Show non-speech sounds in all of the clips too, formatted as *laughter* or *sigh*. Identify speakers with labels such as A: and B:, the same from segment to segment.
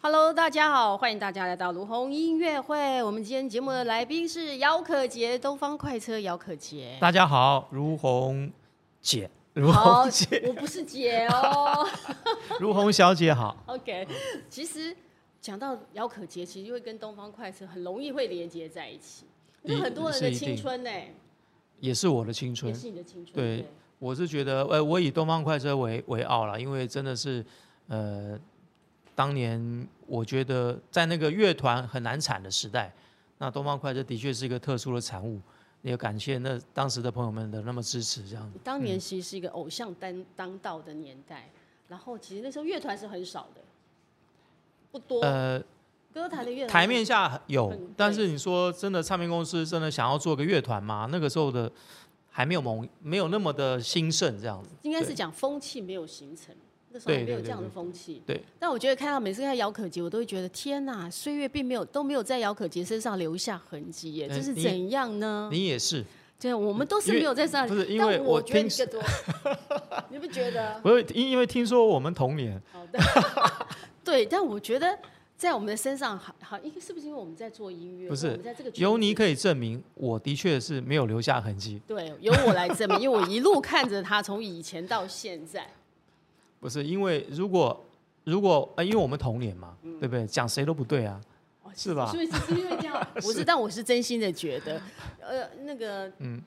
A: Hello，大家好，欢迎大家来到卢红音乐会。我们今天节目的来宾是姚可杰，东方快车姚可杰。
B: 大家好，如红姐，如红姐， *laughs*
A: 我不是姐哦。
B: 如红小姐好。
A: OK，其实讲到姚可杰，其实会跟东方快车很容易会连接在一起，因为
B: 一
A: 很多人的
B: 是一定
A: 青春呢、
B: 也是我的青春
A: 也。是你的青春。
B: 对我是觉得，呃，我以东方快车为为傲啦，因为真的是，呃，当年我觉得在那个乐团很难产的时代，那东方快车的确是一个特殊的产物。也感谢那当时的朋友们的那么支持，这样
A: 你当年其实是一个偶像担当道的年代，然后其实那时候乐团是很少的，不多，
B: 呃，
A: 歌坛的乐团
B: 台面下有
A: 很，
B: 但是你说真的，唱片公司真的想要做个乐团吗？那个时候的还没有萌，没有那么的兴盛这样子。
A: 应该是
B: 对
A: 讲风气没有形成，那时候还
B: 对
A: 没有
B: 对
A: 这样的
B: 对对
A: 风气。
B: 对
A: 但我觉得看到每次看到姚可杰，我都会觉得天哪，岁月并没有都没有在姚可杰身上留下痕迹耶，
B: 呃
A: 这是
B: 你
A: 怎样呢？
B: 你也是，
A: 对，我们都是
B: 因为
A: 没有在上，
B: 不是
A: 嗯
B: 因
A: 但
B: 为
A: 我
B: 我
A: 觉得
B: 听
A: 你更
B: *laughs*
A: 多，你不觉得？
B: 不是因因为听说我们同年，
A: 好的，对，但我觉得在我们的身上，好好，应该是不是因为我们在做音乐，
B: 不是
A: 我们在这个圈
B: 有
A: 子
B: 你可以证明，我的确是没有留下痕迹。
A: 对，由我来证明，因为我一路看着他从以前到现在，
B: 不是因为如果如果、呃、因为我们同年嘛，
A: 嗯
B: 对不对？讲谁都不对啊，
A: 哦
B: 是吧
A: 所以是因为这
B: *laughs*
A: 样，不是，但我是真心的觉得，呃，那个，嗯，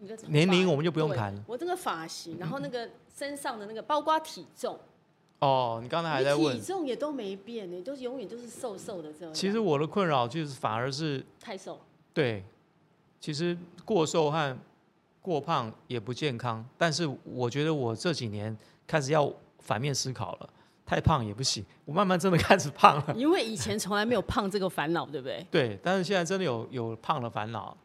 A: 你的头发
B: 年龄我们就不用谈嗯
A: 对我这个发型，然后那个身上的那个，包括体重，
B: 哦，你刚才还在
A: 你
B: 问
A: 体，重也都没变，你都是永远都是瘦瘦的这样。
B: 其实我的困扰就是反而是
A: 太瘦，
B: 对，其实过瘦和过胖也不健康，但是我觉得我这几年开始要反面思考了，太胖也不行，我慢慢真的开始胖了。
A: 因为以前从来没有胖这个烦恼，对不
B: *laughs*
A: 对？
B: 对，但是现在真的有有胖的烦恼，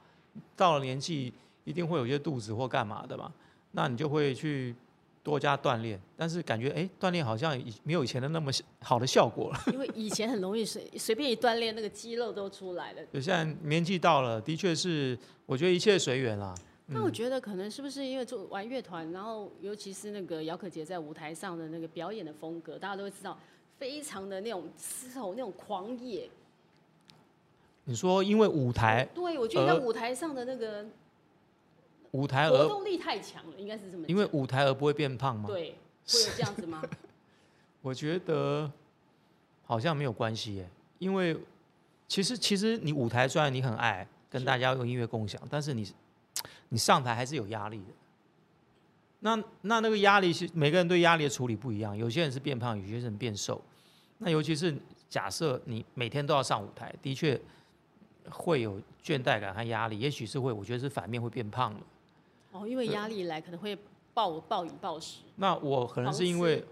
B: 到了年纪一定会有一些肚子或干嘛的嘛，那你就会去多加锻炼，但是感觉哎，锻炼好像以没有以前的那么好的效果了。
A: 因为以前很容易随随便一锻炼，那个肌肉都出来了。
B: 就现在年纪到了，的确是，我觉得一切随缘啦。
A: 那
B: 嗯
A: 我觉得可能是不是因为做玩乐团，然后尤其是那个姚可杰在舞台上的那个表演的风格，大家都会知道，非常的那种嘶吼、那种狂野。
B: 你说因为舞台
A: 对，我觉得在
B: 呃
A: 舞台上的那个
B: 舞台
A: 活
B: 而
A: 动力太强了，应该是这么讲。
B: 因为舞台而不会变胖吗？
A: 对，会有这样子
B: *laughs*
A: 吗？
B: 我觉得好像没有关系耶，因为其实其实你舞台虽然你很爱跟
A: 是
B: 大家用音乐共享，但是你你上台还是有压力的。那那那个压力是每个人对压力的处理不一样，有些人是变胖，有些人变瘦。那尤其是假设你每天都要上舞台，的确会有倦怠感和压力，也许是会，我觉得是反面会变胖的。
A: 哦，因为压力来可能会暴暴饮暴食。
B: 那我可能
A: 房
B: 是因
A: 子
B: 为，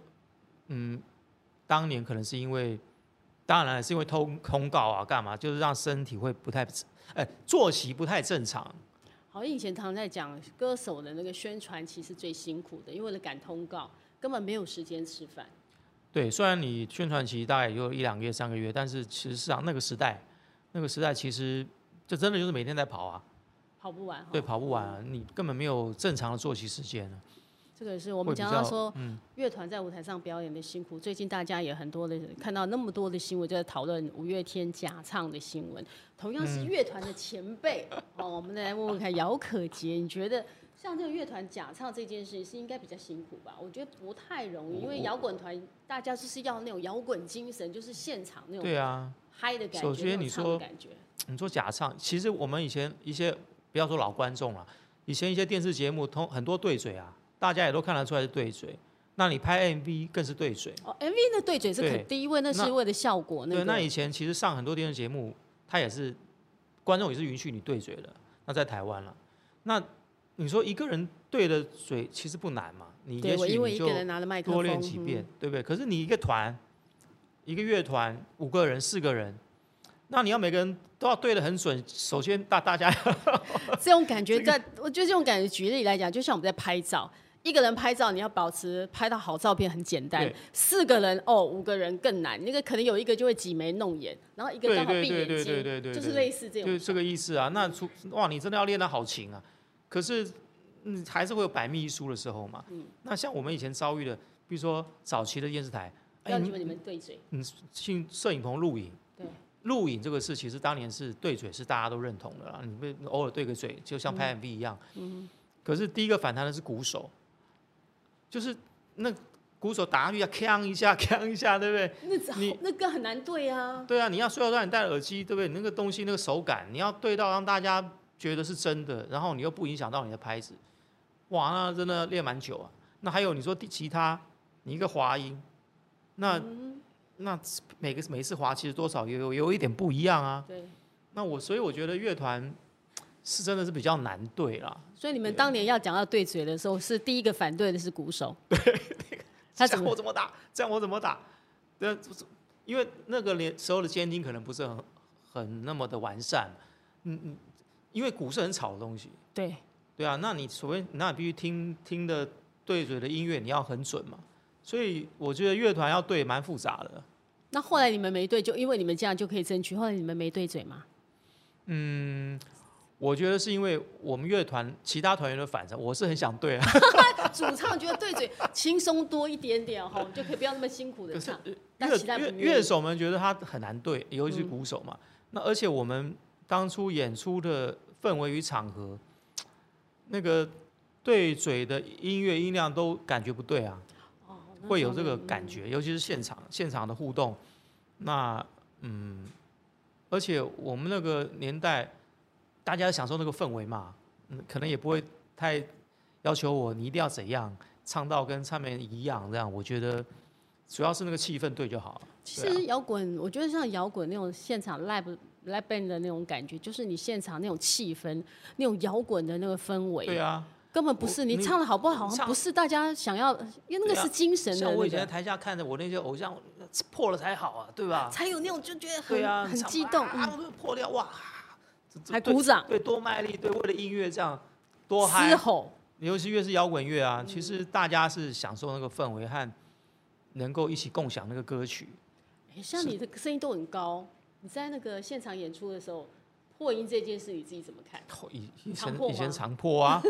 B: 嗯，当年可能是因为，当然是因为通通告啊，干嘛，就是让身体会不太，哎，作息不太正常。
A: 好像以前常在讲歌手的那个宣传，其实最辛苦的，因为为了赶通告，根本没有时间吃饭。
B: 对，虽然你宣传期大概也就一两个月、三个月，但是其实上那个时代，那个时代其实就真的就是每天在跑啊，
A: 跑不完哈，
B: 对，跑不完、啊，你根本没有正常的作息时间啊。
A: 这个是我们
B: 会比
A: 讲到
B: 较
A: 说，
B: 嗯
A: 乐团在舞台上表演的辛苦。最近大家也很多的看到那么多的新闻，就在讨论五月天假唱的新闻。同样
B: 嗯
A: 是乐团的前辈， *laughs* 哦，我们来问问看姚可杰，你觉得像这个乐团假唱这件事是应该比较辛苦吧？我觉得不太容易，因为摇滚团大家就是要那种摇滚精神，就是现场那种
B: 对啊，
A: 嗨的感觉，
B: 首先
A: 那种
B: 你
A: 唱
B: 说
A: 的感觉，
B: 你做假唱，其实我们以前一些不要说老观众了，以前一些电视节目通很多对嘴啊，大家也都看得出来是对嘴。那你拍 MV 更是对嘴。
A: 哦，MV 的对嘴是
B: 对
A: 肯定，因为那是
B: 那
A: 为了效果哦那个。
B: 对，那以前其实上很多电视节目，它也是观众也是允许你对嘴的。那在台湾了，那你说一个人对的嘴其实不难嘛，你
A: 对
B: 也
A: 我因
B: 许
A: 为
B: 你
A: 一
B: 就
A: 个人拿了麦克风，嗯
B: 多练几遍，对不对？可是你一个团，一个乐团五个人、四个人，那你要每个人都要对的很准。首先大大家 *laughs*
A: 这种感觉在，我觉得这种感觉，举例来讲，就像我们在拍照，一个人拍照，你要保持拍到好照片很简单
B: 对，
A: 四个人哦，五个人更难，那个可能有一个就会挤眉弄眼，然后一个
B: 对
A: 刚好
B: 对
A: 闭
B: 对
A: 眼
B: 对对对
A: 睛，
B: 对
A: 就是
B: 对
A: 类似这
B: 就是
A: 种。
B: 这个意思啊。那出哇，你真的要练得好勤啊。可是，嗯，
A: 嗯
B: 还是会有百密一疏的时候嘛。那像我们以前遭遇的，比如说早期的电视台，
A: 要
B: 哎
A: 你
B: 你
A: 们你们对嘴，
B: 嗯，去摄影棚录影，
A: 对，
B: 录影这个事其实当年是对嘴，是大家都认同的啦。你被偶尔对个嘴，就像拍 MV 一样。
A: 嗯
B: 可是第一个反弹的是鼓手，就是那鼓手打下去要锵一下，锵一下，对不对？
A: 哼，那好
B: 你
A: 那歌很难对啊，
B: 对啊，你要睡觉让你戴耳机，对不对？你那个东西那个手感，你要对到让大家觉得是真的，然后你又不影响到你的拍子，哇，那真的练蛮久啊。那还有你说第吉他，你一个滑音，那、那每个每一次滑其实多少有有有一点不一样啊。
A: 对，
B: 那我所以我觉得乐团是真的是比较难对啦，
A: 所以你们当年要讲到对嘴的时候，是第一个反对的是鼓手，他
B: 这
A: 怎
B: 样
A: 么
B: 我怎么打，这样我怎么打？对，因为那个年时候的监听可能不是很很那么的完善，嗯嗯，因为鼓是很吵的东西，
A: 对，
B: 对啊，那你所谓那你必须听听的对嘴的音乐，你要很准嘛。所以我觉得乐团要对蛮复杂的，
A: 那后来你们没对，就因为你们这样就可以争取，后来你们没对嘴嘛，
B: 我觉得是因为我们乐团其他团员的反常，我是很想对啊，
A: 主唱觉得对嘴轻松多一点点哈，我们就可以不要那么辛苦的
B: 可是呃
A: 唱，但
B: 乐
A: 其他嗯
B: 乐
A: 不愿意
B: 乐手们觉得他很难对，尤其是鼓手嘛。那而且我们当初演出的氛围与场合，那个对嘴的音乐音量都感觉不对啊，
A: 哦
B: 会有这个
A: 嗯
B: 感，觉，尤其是现场现场的互动。那嗯，而且我们那个年代，大家享受那个氛围嘛，嗯，可能也不会太要求我你一定要怎样唱到跟唱片一样这样。我觉得主要是那个气氛对就好了。
A: 其
B: 对啊
A: 实摇滚，我觉得像摇滚那种现场
B: 啊
A: live live band 的那种感觉，就是你现场那种气氛，那种摇滚的那个氛
B: 对
A: 围，
B: 啊，
A: 根本不是
B: 我
A: 你
B: 你
A: 唱的好不好，好像
B: 唱
A: 不是大家想要，因为那个
B: 对啊
A: 是精神的
B: 像我
A: 那
B: 以前在
A: 个，
B: 台下看着我那些偶像破了才好啊，
A: *laughs*
B: 对吧？
A: 才有那种就觉得
B: 对
A: 很、
B: 啊，
A: 很
B: 唱
A: 激动，
B: 啊，
A: 嗯
B: 啊破掉哇，这这
A: 还
B: 对
A: 鼓掌、
B: 对多卖力，对为了音乐这样多嗨
A: 嘶，吼，嗯
B: 尤其越是摇滚乐啊，其实大家是享受那个氛围和能够一起共享那个歌曲。
A: 诶像你的声音都很高，你在那个现场演出的时候，破音这件事你自己怎么看？
B: 哦以以
A: 常
B: 前
A: 破
B: 以前
A: 吗
B: 常破
A: *laughs*
B: 啊，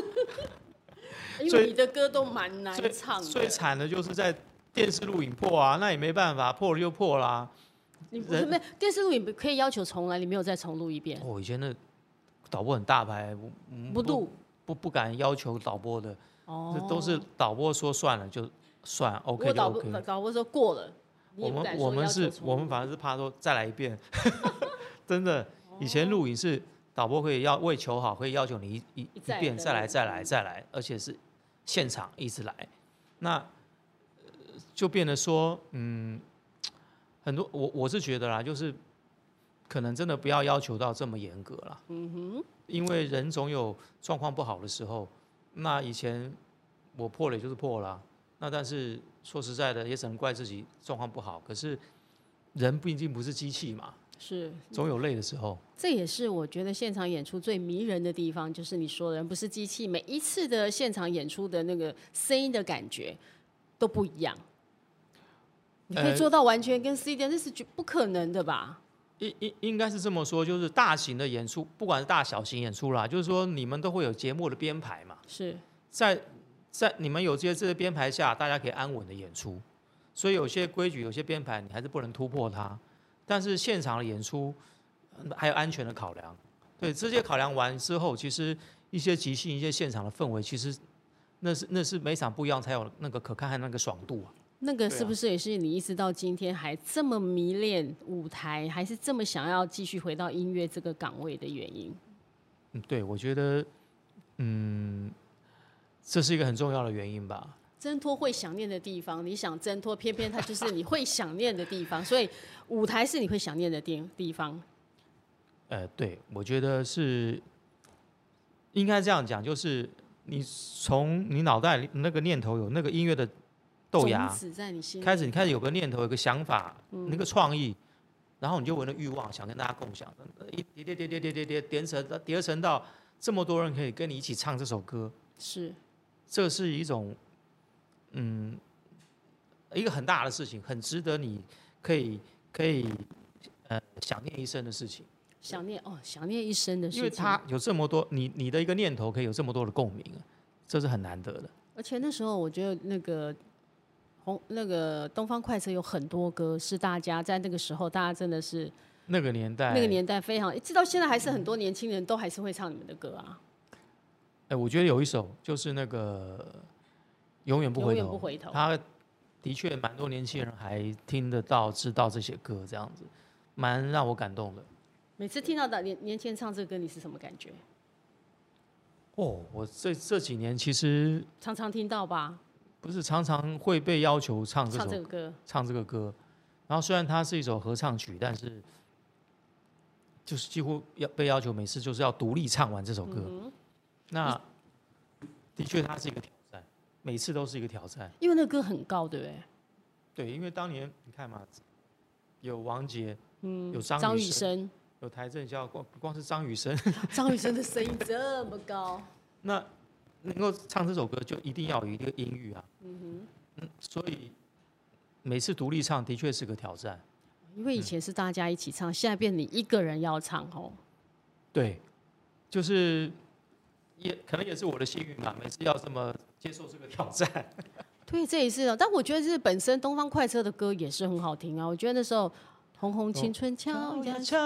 A: 因
B: 最
A: 为你的歌都蛮难
B: 最
A: 唱
B: 最
A: 的，
B: 惨的就是在电视录影破啊，那也没办法，破了就破啦、
A: 你不是没有电视录影可以要求重来，你没有再重录一遍，
B: 哦，以前那导播很大牌，我嗯
A: 不录
B: 不不敢要求导播的，
A: 哦
B: 这，都是导播说算了就算
A: 如
B: ，OK
A: 果
B: 就
A: 导播
B: OK。
A: 导播说过了，你
B: 我
A: 也不
B: 们
A: 敢
B: 我
A: 说
B: 们
A: 要求
B: 是
A: 重
B: 我们
A: 录。
B: 反而是怕说再来
A: *laughs*
B: 一遍，真的。以前录影是导播可以要为求好，可以要求你一一
A: 一
B: 一
A: 再
B: 遍
A: 的
B: 再
A: 录
B: 来再来
A: 嗯
B: 再来，而且是现场一直来，那呃就变得说，嗯，很多我我是觉得啦，就是可能真的不要要求到这么严格啦。
A: 嗯哼，
B: 因为人总有状况不好的时候。那以前我破了也就是破了啊、那但是说实在的，也只能怪自己状况不好。可是人毕竟不是机器嘛，
A: 是，
B: 总有累的时候。
A: 这也是我觉得现场演出最迷人的地方，就是你说的人不是机器，每一次的现场演出的那个声音的感觉都不一样。你可以
B: 呃
A: 做到完全跟 C 点，那是绝不可能的吧？
B: 应应应该是这么说，就是大型的演出，不管是大小型演出啦，就是说你们都会有节目的编排嘛，
A: 是，
B: 在在你们有这些这些编排下，大家可以安稳的演出。所以有些规矩、有些编排，你还是不能突破它。但是现场的演出嗯还有安全的考量，对这些考量完之后，其实一些即兴、一些现场的氛围，其实那是那是每场不一样才有那个可看和那个爽度啊。
A: 那个
B: 对啊
A: 是不是也是你一直到今天还这么迷恋舞台，还是这么想要继续回到音乐这个岗位的原因？
B: 嗯，对，我觉得嗯，这是一个很重要的原因吧。
A: 挣脱会想念的地方，你想挣脱，偏偏它就是你会想念的地方，所以舞台是你会想念的地地方。
B: 呃，对，我觉得是应该这样讲，就是你从你脑袋里那个念头有那个音乐的豆芽
A: 种子嗯在你心里
B: 开始，你开始有个念头，有个想法，那个创意，然后你就有那欲望想跟大家共享，一叠叠叠叠叠叠叠层到叠层到这么多人可以跟你一起唱这首歌，
A: 是
B: 这是一种嗯一个很大的事情，很值得你可以可以呃想念一生的事情。
A: 想念哦，想念一生的事情。
B: 因为他有这么多，你你的一个念啊头可以有这么多的共鸣，这是很难得的。
A: 而且那时候我觉得那个红那个东方快车有很多歌是大家在那个时候，大家真的是
B: 那个年代，
A: 那个，年代非常，直到现在还是很多年轻人都还是会唱你们的歌啊，
B: 哎，我觉得有一首就是那个永远不
A: 永
B: 回
A: 远
B: 头，
A: 不回头。
B: 他的确蛮多年轻人还听得到、知道这些歌，这样子，蛮让我感动的。
A: 每次听到的年年轻人唱这个歌，你是什么感觉？
B: 哦，我这这几年其实
A: 常常听到吧，
B: 不是常常会被要求唱这首
A: 唱这个歌，
B: 唱这个歌，然后虽然它是一首合唱曲，但是就是几乎要被要求每次就是要独立唱完这首歌。那的确，它是一个挑战，每次都是一个挑战。
A: 因为那个歌很高，对不对？
B: 对，因为当年你看嘛，有王杰，
A: 嗯，
B: 有张
A: 张
B: 雨
A: 雨生，
B: 有邰正宵，光光是张雨生，
A: *laughs* 张雨生的声音这么高，
B: 那能够唱这首歌，就一定要有一个音域啊。嗯哼，所以每次独立唱的确是个挑战。
A: *laughs* 因为以前是大家一起唱，现在变你一个人要唱哦。
B: 对，就是也可能也是我的幸运吧，每次要这么接受这个挑
A: *laughs*
B: 战。
A: 对，这也是啊。但我觉得是本身东方快车的歌也是很好听啊。我觉得那时候《红红青春
B: *laughs*
A: 敲呀敲》，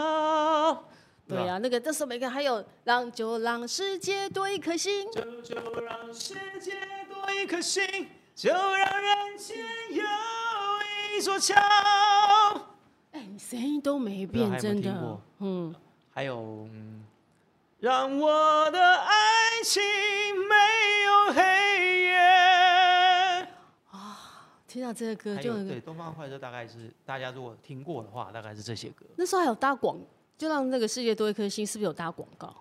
A: 对
B: 对
A: 啊，那个那时候每个还有《让就让世界多一颗心》，
B: 就就让世界多一颗心，就让人间有一座桥。
A: 哎，你声音都没变，
B: 还有没有
A: 真
B: 听
A: 的
B: 过，
A: 嗯，
B: 还有，嗯让我的爱情没有黑夜。
A: 听到这个歌
B: 还
A: 就
B: 有
A: 有一个
B: 对东方快车大概是大家如果听过的话，大概是这些歌。
A: 那时候还有搭广，就让那个世界多一颗心，是不是有搭广告？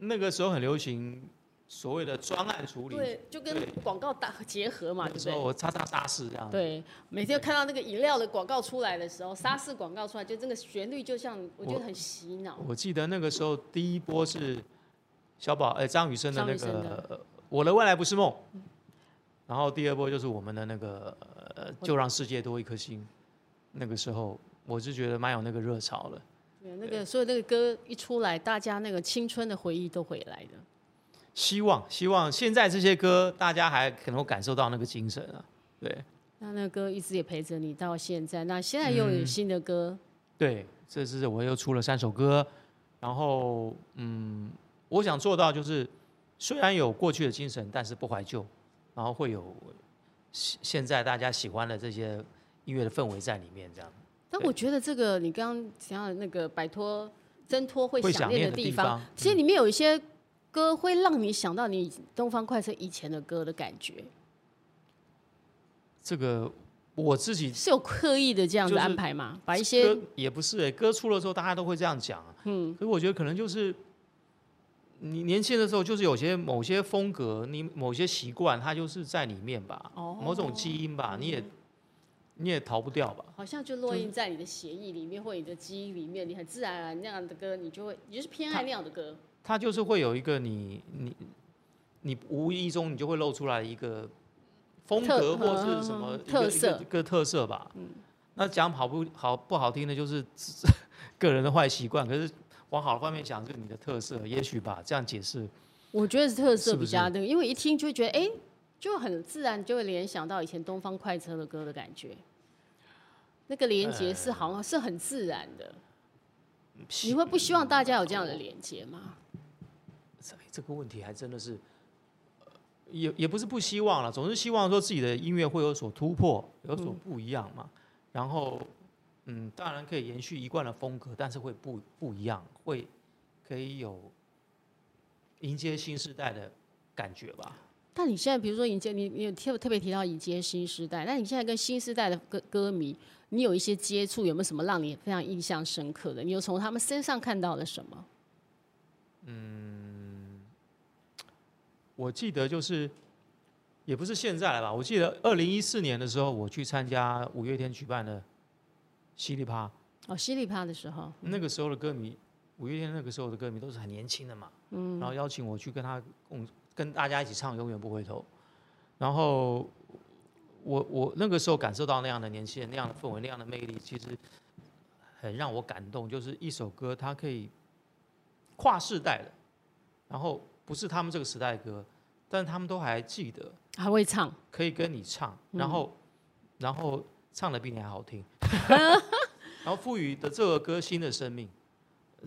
B: 那个时候很流行所谓的专案处理，
A: 对，就跟广告搭结合嘛，
B: 那
A: 对
B: 个
A: 不
B: 时候
A: 对？
B: 我叉叉沙士这样。，
A: 对，每天看到那个饮料的广告出来的时候，沙士广告出来，就这个旋律就像我觉得很洗脑。
B: 我记得那个时候第一波是小宝呃张雨生的那
A: 张雨生的
B: 个呃我的未来不是梦，然后第二波就是我们的那个呃就让世界多一颗心。那个时候我是觉得蛮有那个热潮了。
A: 对，那个所以那个歌一出来，大家那个青春的回忆都回来的。
B: 希望，希望现在这些歌大家还可能够感受到那个精神啊，对
A: 那那个歌一直也陪着你到现在。那现在又有新的歌，
B: 嗯对，这次我又出了三首歌，然后嗯，我想做到就是虽然有过去的精神，但是不怀旧，然后会有现现在大家喜欢的这些音乐的氛围在里面，这样
A: 但我觉得这个你刚刚讲的那个摆脱、挣脱会
B: 会
A: 想
B: 想念
A: 的
B: 的地
A: 方
B: 方，
A: 其实里面有一些歌会让你想到你东方快车以前的歌的感
B: 嗯
A: 觉，
B: 这个我自己
A: 是有刻意的这样子
B: 就是
A: 安排吗？把一些
B: 歌也不是哎、歌出了之后大家都会这样讲、啊，嗯，所以我觉得可能就是你年轻的时候，就是有些某些风格，你某些习惯，它就是在里面吧，
A: 哦嗯
B: 某种基因吧，你也你也逃不掉吧。
A: 好像就落印在你的协议里面或你的记忆里面，你很自然而然那样的歌，你就会你就是偏爱那样的歌。
B: 它就是会有一个你你你无意中你就会露出来一个风格
A: 特
B: 或是什么
A: 嗯嗯嗯
B: 一个
A: 特
B: 一
A: 色嗯
B: 个一个特色吧。那讲好不好不好听的就是 *laughs* 个人的坏习惯，可是往好的方面想就是你的特色，也许吧，这样解释。
A: 我觉得是特色
B: 是不
A: 比
B: 是
A: 较那个，因为一听就会觉得哎、诶就很自然就会联想到以前东方快车的歌的感觉。那个连接是好像是很自然的，你会不希望大家有这样的连接吗？
B: 哎这个问题还真的是，呃也也不是不希望了，总是希望说自己的音乐会有所突破，有所不一样嘛。然后，嗯，当然可以延续一贯的风格，但是会不不一样，会可以有迎接新时代的感觉吧。
A: 但你现在比如说迎接你你有特特别提到迎接新时代，那你现在跟新时代的歌歌迷，你有一些接触，有没有什么让你非常印象深刻的？你有从他们身上看到了什么？
B: 我记得就是，也不是现在了吧？我记得二零一四年的时候，我去参加五月天举办的犀利趴，
A: 哦，犀利趴的时候，
B: 那个时候的歌迷，五月天那个时候的歌迷都是很年轻的嘛，然后邀请我去跟他共跟大家一起唱《永远不回头》，然后我我那个时候感受到那样的年轻人那样的氛围那样的魅力，其实很让我感动，就是一首歌它可以跨世代的，然后不是他们这个时代的歌，但他们都还记得，
A: 还会唱，
B: 嗯可以跟你唱，然后然后唱的比你还好听， *laughs* 然后赋予的这首歌新的生命，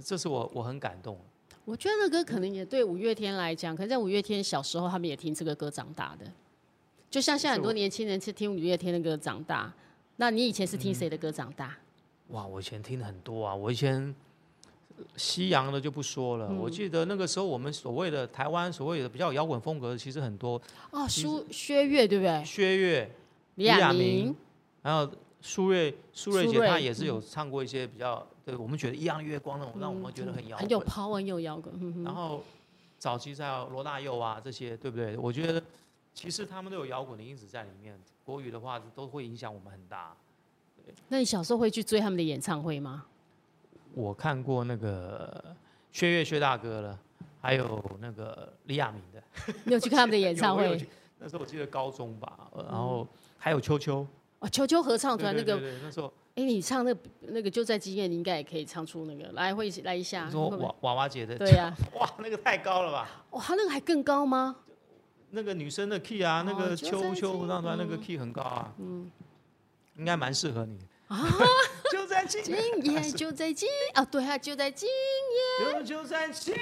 B: 这是我我很感动。
A: 我觉得那歌可能也对五月天来讲，可能在五月天小时候，他们也听这个歌长大的。就像现在很多年轻人是听五月天的歌长大，那你以前是听谁的歌长大？
B: 哇，我以前听的很多啊，我以前呃西洋的就不说了，我记得那个时候我们所谓的台湾所谓的比较摇滚风格，其实很多
A: 哦，苏薛岳对不对？
B: 薛岳、
A: 李
B: 嗯哎亚
A: 亚
B: 明
A: 明，
B: 然后苏芮，苏芮
A: 苏
B: 姐她
A: 芮
B: 也是有唱过一些比较，对我们觉得《一样月光》那种，让我们觉得嗯很摇
A: 很有
B: 滚。
A: power 又摇滚，嗯
B: 然后早期在罗大佑啊这些，对不对？我觉得其实他们都有摇滚的因子在里面。国语的话都会影响我们很大。
A: 那你小时候会去追他们的演唱会吗？
B: 我看过那个薛岳薛大哥了，还有那个李亚明的
A: 你有去看他们的演唱
B: *laughs* 有我有
A: 会嗯
B: 去？那时候我记得高中吧，呃然后还有秋秋，
A: 哦，球球合唱
B: 对
A: 团
B: 对
A: 那
B: 对
A: 个，
B: 对，那时候
A: 哎，你唱那个那个就在今夜，你应该也可以唱出那个来，会来一下。
B: 你说
A: 会不会
B: 娃娃娃姐的，
A: 对呀，
B: *laughs* 哇，那个太高了吧？
A: 哇，他那个还更高吗？
B: 那个女生的 key 啊，那
A: 哦
B: 个
A: 就
B: 秋
A: 在
B: 秋
A: 这
B: 合唱团那个
A: 嗯
B: key 很高啊，嗯，应该蛮适合你的。
A: 啊 *laughs*
B: 就在今
A: 今
B: 夜，
A: 夜就在今
B: 哦
A: 啊，对啊，就在今
B: 就就在今夜，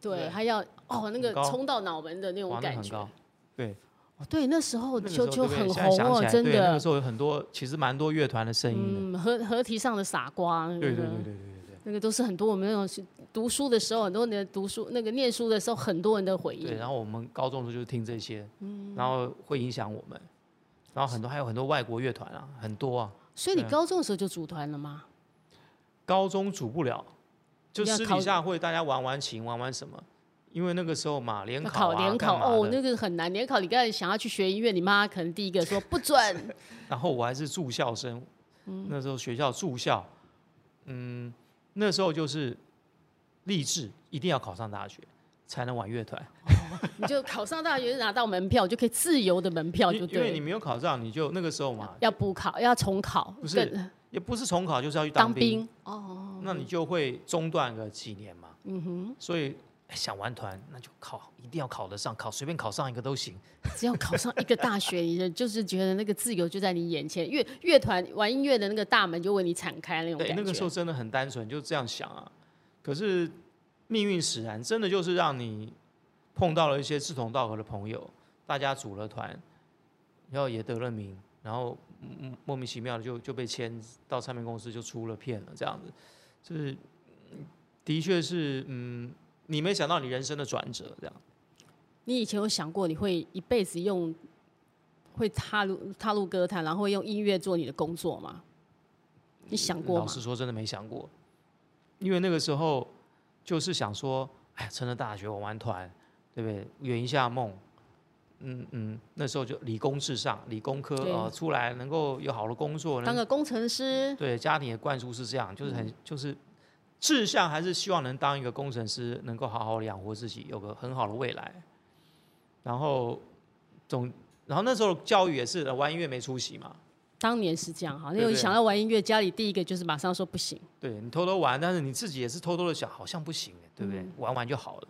A: 对，
B: 对
A: 还要哦，那个
B: 高
A: 冲到脑门的那种
B: 哇，那
A: 感
B: 很
A: 觉。
B: 高。对，
A: 哦对，那时候
B: 那个时
A: 秋
B: 候
A: 秋
B: 对
A: 很
B: 不对现在
A: 红
B: 想
A: 哦
B: 起，来
A: 真
B: 对那个
A: 的
B: 时。候有很多，其实蛮多乐团的声音的。
A: 嗯，合合体上的傻瓜，那个
B: 对对对对对对
A: 那个嗯都是很多我们那种是读书的时候，很多人的读书那个念书的时候，很多人的回
B: 对啊
A: 忆
B: 对。。然后我们高中的时候就是听这些，
A: 嗯
B: 然后会影响我们。然后很多还有很多外国乐团啊，很多啊。
A: 所以你
B: 对
A: 高中的时候就组团了吗？
B: 高中组不了，就
A: 要
B: 私
A: 考
B: 底下会大家玩玩琴，玩玩什么。因为那个时候嘛，联
A: 要
B: 考啊，
A: 联
B: 干
A: 考
B: 嘛
A: 哦，
B: 的
A: 那个很难。联考，你刚才想要去学音乐，你妈可能第一个说不准。
B: 然后我还是住校生，
A: 嗯
B: 那时候学校住校，嗯，那时候就是立志一定要考上大学才能玩乐团，
A: 你就考上大学就拿到门票，就可以自由的门票，
B: 因
A: 就
B: 因为
A: 对
B: 你
A: 了。
B: 没有考上，你就那个时候嘛，
A: 要补考，要重考，
B: 不是
A: 更
B: 也不是重考就是要去
A: 当
B: 兵，
A: 兵哦。
B: 那你就会中断个几年嘛，嗯哼，所以哎想玩团那就考，一定要考得上，考随便考上一个都行，
A: 只要考上一个大学，你就就是觉得那个自由就在你眼前，乐乐团玩音乐的那个大门就为你敞开那种感
B: 对，
A: 觉。
B: 那个时候真的很单纯，就这样想啊。可是命运使然，真的就是让你碰到了一些志同道合的朋友，大家组了团，然后也得了名，然后嗯嗯莫名其妙的就就被签到唱片公司，就出了片了，这样子，就是嗯的确是嗯，你没想到你人生的转折这样。
A: 你以前有想过你会一辈子用会踏入踏入歌坛，然后会用音乐做你的工作吗？你想过
B: 老
A: 吗？
B: 实说，真的没想过，因为那个时候就是想说，哎呀，趁着大学玩玩团，对不对？圆一下梦。嗯嗯，那时候就理工至上，理工科
A: 对
B: 呃出来能够有好的工作，
A: 当
B: 能
A: 个嗯工程师，
B: 对家庭也灌输是这样，就是很、就是志向还是希望能当一个工程师，能够好好地养活自己，有个很好的未来。然后总然后那时候教育也是玩音乐没出息嘛，
A: 当年是这样哈。因
B: 对
A: 为
B: 对
A: 想要玩音乐，家里第一个就是马上说不行。
B: 对你偷偷玩，但是你自己也是偷偷的想，好像不行欸，对不对？玩玩就好了。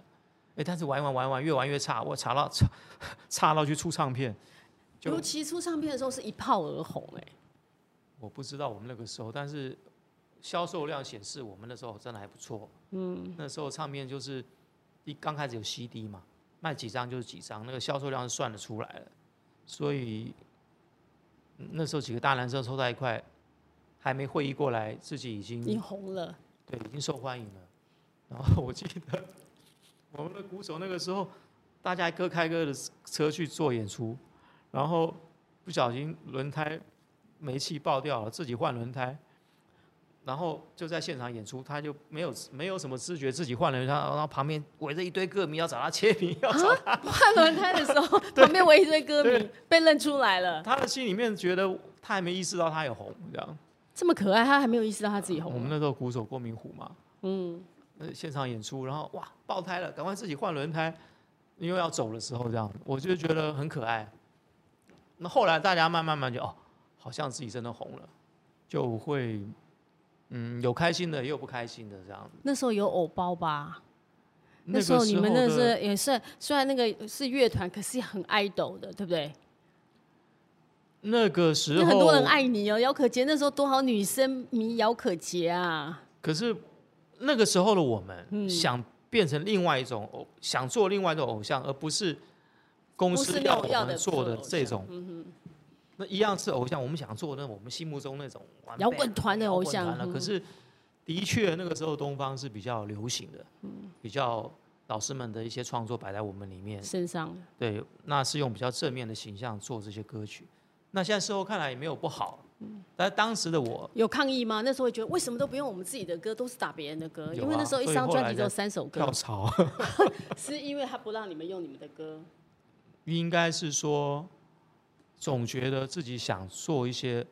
B: 哎，但是玩一玩玩一玩，越玩越差，我查到 *laughs* 差差到去出唱片，
A: 尤
B: 就
A: 其出唱片的时候是一炮而红哎、
B: 我不知道我们那个时候，但是销售量显示我们那时候真的还不错。嗯，那时候唱片就是一刚开始有 CD 嘛，卖几张就是几张，那个销售量是算得出来的，所以嗯那时候几个大男生凑在一块，还没会意过来，自己已经
A: 你红了，
B: 对，已经受欢迎了。然后我记得我们的鼓手那个时候，大家各开各的车去做演出，然后不小心轮胎煤气爆掉了，自己换轮胎。然后就在现场演出，他就没有没有什么知觉，自己换了轮胎，然后旁边围着一堆歌迷要找他签名，要找他，
A: 换轮胎的时
B: *laughs*
A: 候旁边围一堆歌迷
B: 对
A: 被认出来了，
B: 他的心里面觉得他还没意识到他有红这样。
A: 这么可爱，他还没有意识到他自己红
B: 我
A: 了。
B: 们那时候鼓手郭明虎嘛，嗯，现场演出，然后哇爆胎了，赶快自己换轮胎，因为要走的时候这样，我就觉得很可爱。那后来大家慢慢慢就哦，好像自己真的红了，就会嗯有开心的，也有不开心的这样。
A: 那时候有偶包吧？
B: 那
A: 那
B: 个
A: 时候你们那
B: 的
A: 是也是，虽然那个是乐团，可是很爱豆的，对不对？
B: 那个时
A: 有
B: 候
A: 很多人爱你哦，姚可杰那时候多好女生迷姚可杰啊，
B: 可是那个时候的我
A: 嗯
B: 们想变成另外一种偶，想做另外一种偶像，而不是公
A: 公
B: 司
A: 司
B: 要
A: 要
B: 我
A: 要
B: 们
A: 的
B: 做的
A: 偶像嗯
B: 这种。那一样是偶像，我们想做那我们心目中那种完
A: 摇
B: 美
A: 滚团的
B: 摇
A: 偶
B: 滚
A: 像
B: 团了
A: 嗯
B: 可是的确，那个时候东方是比较流行的，
A: 嗯
B: 比较老师们的一些创作摆在我们里面，
A: 身上
B: 对，那是用比较正面的形象做这些歌曲。那现在事后看来也没有不好，
A: 嗯
B: 但是当时的我
A: 有抗议吗？那时候会觉得为什么都不用我们自己的歌，都是打别人的歌，
B: 有啊
A: 因为那时候一张专辑只有三首歌
B: 跳，槽。
A: *laughs* 是因为他不让你们用你们的歌，
B: 应该是说，总觉得自己想做一些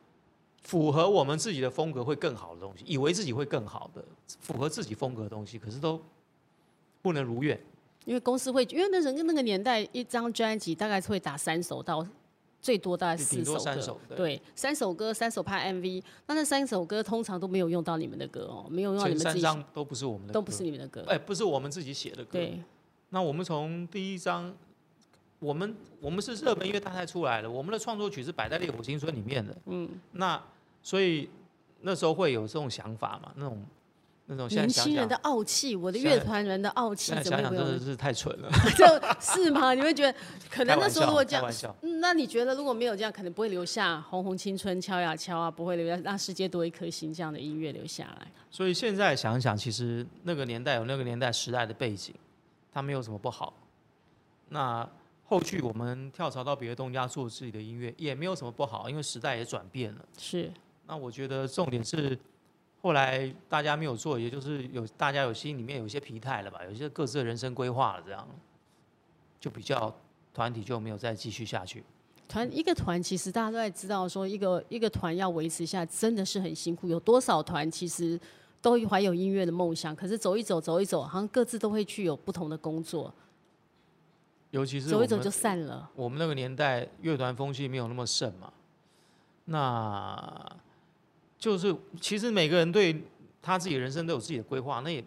B: 符合我们自己的风格会更好的东西，以为自己会更好的，符合自己风格的东西，可是都不能如愿。
A: 因为公司会，因为那人那个年代一张专辑大概会打三首到。最多大概啊四
B: 顶
A: 首
B: 多
A: 歌，
B: 三首对
A: 对，三首歌，三首拍 MV，那那三首歌通常都没有用到你们的歌哦，没有用到你们
B: 前
A: 自
B: 三
A: 己，
B: 张都不是我们的歌，
A: 都不是你们的歌，
B: 哎，不是我们自己写的歌。
A: 对，
B: 那我们从第一张，我们我们是热门音乐大赛出来了，我们的创作曲是摆在《烈火青春》里面的。嗯，那所以那时候会有这种想法嘛，那种那种现在
A: 年
B: 想
A: 轻人
B: 想
A: 的，傲气，我的
B: 现在
A: 乐团人的傲气
B: 现在
A: 怎么
B: 想
A: 会
B: 想
A: 没
B: 真
A: 有
B: 的
A: 呢？
B: 是太蠢了。
A: *laughs* 就是吗？你会觉得可能那时候如果这
B: 开
A: 样
B: 玩笑开玩，
A: 嗯那你觉得如果没有这样，可能不会留下《红红青春》《敲呀敲》啊，不会留下让世界多一颗心这样的音乐留下来。
B: 所以现在想一想，其实那个年代有那个年代时代的背景，它没有什么不好。那后续我们跳槽到别的东家做自己的音乐，也没有什么不好，因为时代也转变了。
A: 是，
B: 那我觉得重点是，后来大家没有做，也就是有大家有心里面有一些疲态了吧，有些各自的人生规划了，这样就比较团体就没有再继续下去。
A: 团一个团，其实大家都在知道说，一个一个团要维持下，真的是很辛苦。有多少团其实都怀有音乐的梦想，可是走一走，走一走，好像各自都会去有不同的工作，
B: 尤其是我
A: 走一
B: 们
A: 走就散了。
B: 我们那个年代乐团风气没有那么盛嘛，那就是其实每个人对他自己的人生都有自己的规划，那也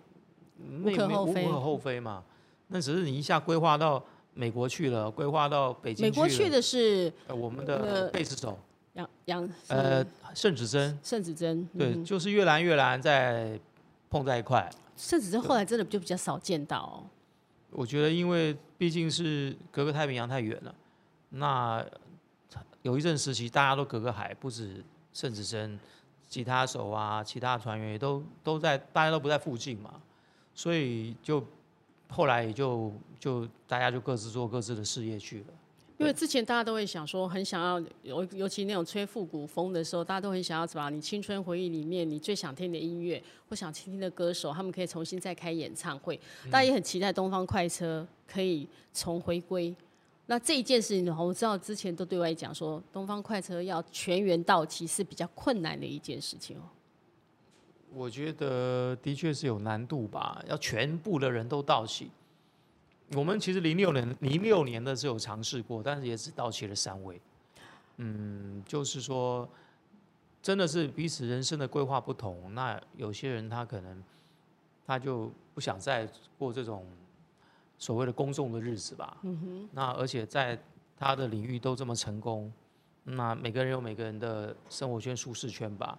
B: 那也
A: 无可
B: 没
A: 厚
B: 无
A: 非
B: 可厚非嘛。那只是你一下规划到美国去了，规划到北京
A: 美国去
B: 去了，
A: 的是
B: 呃我们
A: 呃
B: 的贝斯手
A: 杨杨
B: 呃盛子珍，
A: 盛子珍，
B: 对，
A: 嗯
B: 就是越来越来在碰在一块。
A: 盛子珍后来真的就比较少见到、哦。
B: 我觉得，因为毕竟是隔个太平洋太远了，那有一阵时期大家都隔个海，不止盛子生、吉他手啊，其他船员也都都在，大家都不在附近嘛，所以就后来也就就大家就各自做各自的事业去了。
A: 因为之前大家都会想说，很想要，尤尤其那种吹复古风的时候，大家都很想要把你青春回忆里面你最想听的音乐或想听的歌手，他们可以重新再开演唱会。大家也很期待东方快车可以重回归。那这一件事情，我知道之前都对外讲说，东方快车要全员到齐是比较困难的一件事情哦。
B: 我觉得的确是有难度吧，要全部的人都到齐。我们其实零六年零六年的时候有尝试过，但是也只到齐了三位。嗯，就是说，真的是彼此人生的规划不同。那有些人他可能他就不想再过这种所谓的公众的日子吧。嗯哼。那而且在他的领域都这么成功，那每个人有每个人的生活圈、舒适圈吧。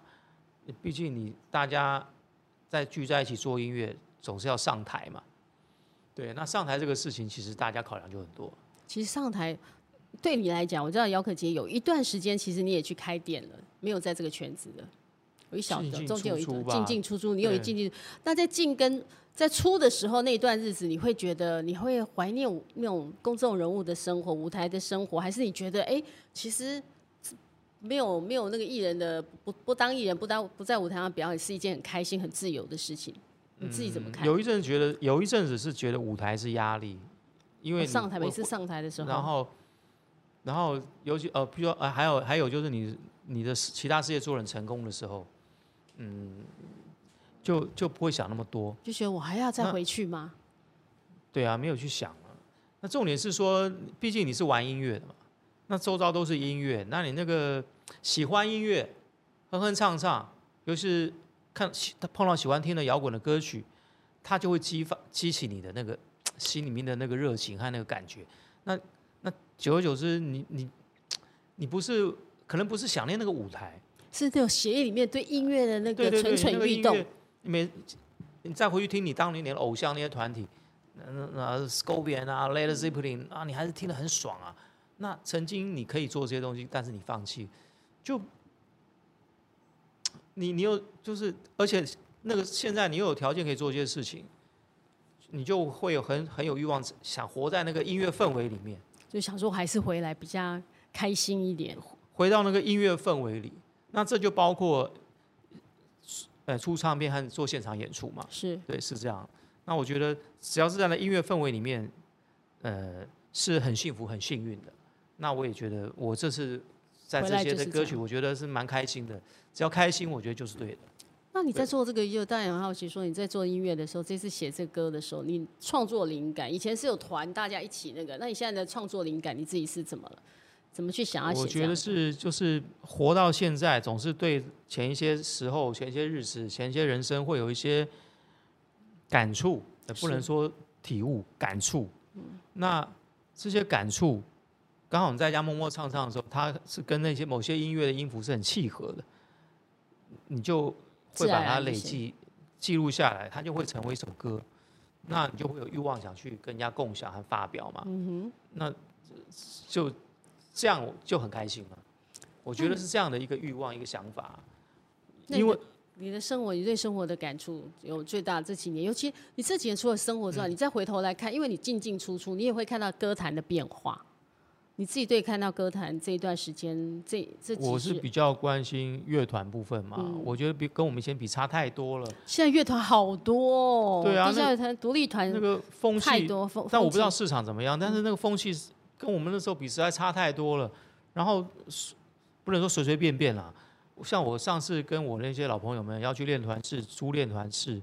B: 毕竟你大家在聚在一起做音乐，总是要上台嘛。对，那上台这个事情，其实大家考量就很多。
A: 其实上台对你来讲，我知道姚可杰有一段时间，其实你也去开店了，没有在这个圈子的，有一小
B: 进进
A: 中间有一
B: 出出
A: 段
B: 吧
A: 进进出出，你有一
B: 对
A: 进进。那在进跟在出的时候那一段日子，你会觉得你会怀念那种公众人物的生活、舞台的生活，还是你觉得哎，其实？没有没有那个艺人的不不当艺人不当不在舞台上表演是一件很开心很自由的事情，你自己怎么看？
B: 嗯有一阵觉得，有一阵子是觉得舞台是压力，因为
A: 我
B: 你
A: 哦上台
B: 会
A: 每次上台的时候，
B: 然后，然后尤其呃，比如说呃，还有还有就是你你的事其他事业做得很成功的时候，嗯，就就不会想那么多。
A: 就觉得我还要再
B: 那
A: 回去吗？
B: 对啊，没有去想啊。那重点是说，毕竟你是玩音乐的嘛，那周遭都是音乐，那你那个喜欢音乐，哼哼唱唱，尤其是看喜他碰到喜欢听的摇滚的歌曲，它就会激发激起你的那个心里面的那个热情和那个感觉。那那久而久之，你你你不是可能不是想念那个舞台，
A: 是这种协议里面对音乐的那
B: 对
A: 个
B: 对对，
A: 蠢
B: 那
A: 蠢
B: 个
A: 欲
B: 音
A: 动
B: 乐，，你每你再回去听你当年你的偶像那些团体，那那那 Scorpion 啊，Led Zeppelin 啊，你还是听得很爽啊。那曾经你可以做这些东西，但是你放弃，就你你有就是，而且那个现在你又有条件可以做这些事情，你就会有很很有欲望，想活在那个音乐氛围里面。
A: 就想说还是回来比较开心一点。
B: 回到那个音乐氛围里，那这就包括呃出唱片和做现场演出嘛。
A: 是
B: 对，是这样。那我觉得只要是在那音乐氛围里面，呃，是很幸福、很幸运的。那我也觉得我这次在
A: 回
B: 这
A: 来
B: 些
A: 就
B: 的
A: 是
B: 歌
A: 这
B: 曲，
A: 样
B: 我觉得是蛮开心的。只要开心，我觉得就是对的。
A: 那你在做这个，就当然很好奇，说你在做音乐的时候，这次写这歌的时候，你创作灵感，以前是有团大家一起那个，那你现在的创作灵感你自己是怎么了？怎么去想要写？
B: 我觉得，是就是活到现在，总是对前一些时候、前一些日子、前一些人生会有一些感触，呃不
A: 是嗯
B: 能说体悟，感触。那这些感触，刚好你在家默默唱唱的时候，它是跟那些某些音乐的音符是很契合的，你就会
A: 自然而
B: 把它
A: 然就
B: 累
A: 行
B: 积记录下来，它就会成为一首歌。那你就会有欲望想去跟人家共享和发表嘛。
A: 嗯
B: 那就这样就很开心了。我觉得是这样的一个欲望，一个想法，
A: 那你
B: 因为
A: 哼，你的生活，你对生活的感触有最大这几年，尤其你这几年除了生活之
B: 嗯
A: 外，你再回头来看，因为你进进出出，你也会看到歌坛的变化。你自己对看到歌坛这一段时间，这这几嗯
B: 我是
A: 十
B: 比较关心乐团部分嘛，我觉得比跟我们以前比差太多了。
A: 现在乐团好多哦，
B: 对啊
A: 地下乐团、独立团
B: 那个风
A: 嗯太
B: 气，
A: 多，风嗯
B: 但我不知道
A: 风气
B: 市场怎么样，但是那个风气是跟我们那时候比实在差太多了。然后不能说随随便便啦，像我上次跟我那些老朋友们要去练团试租练团试，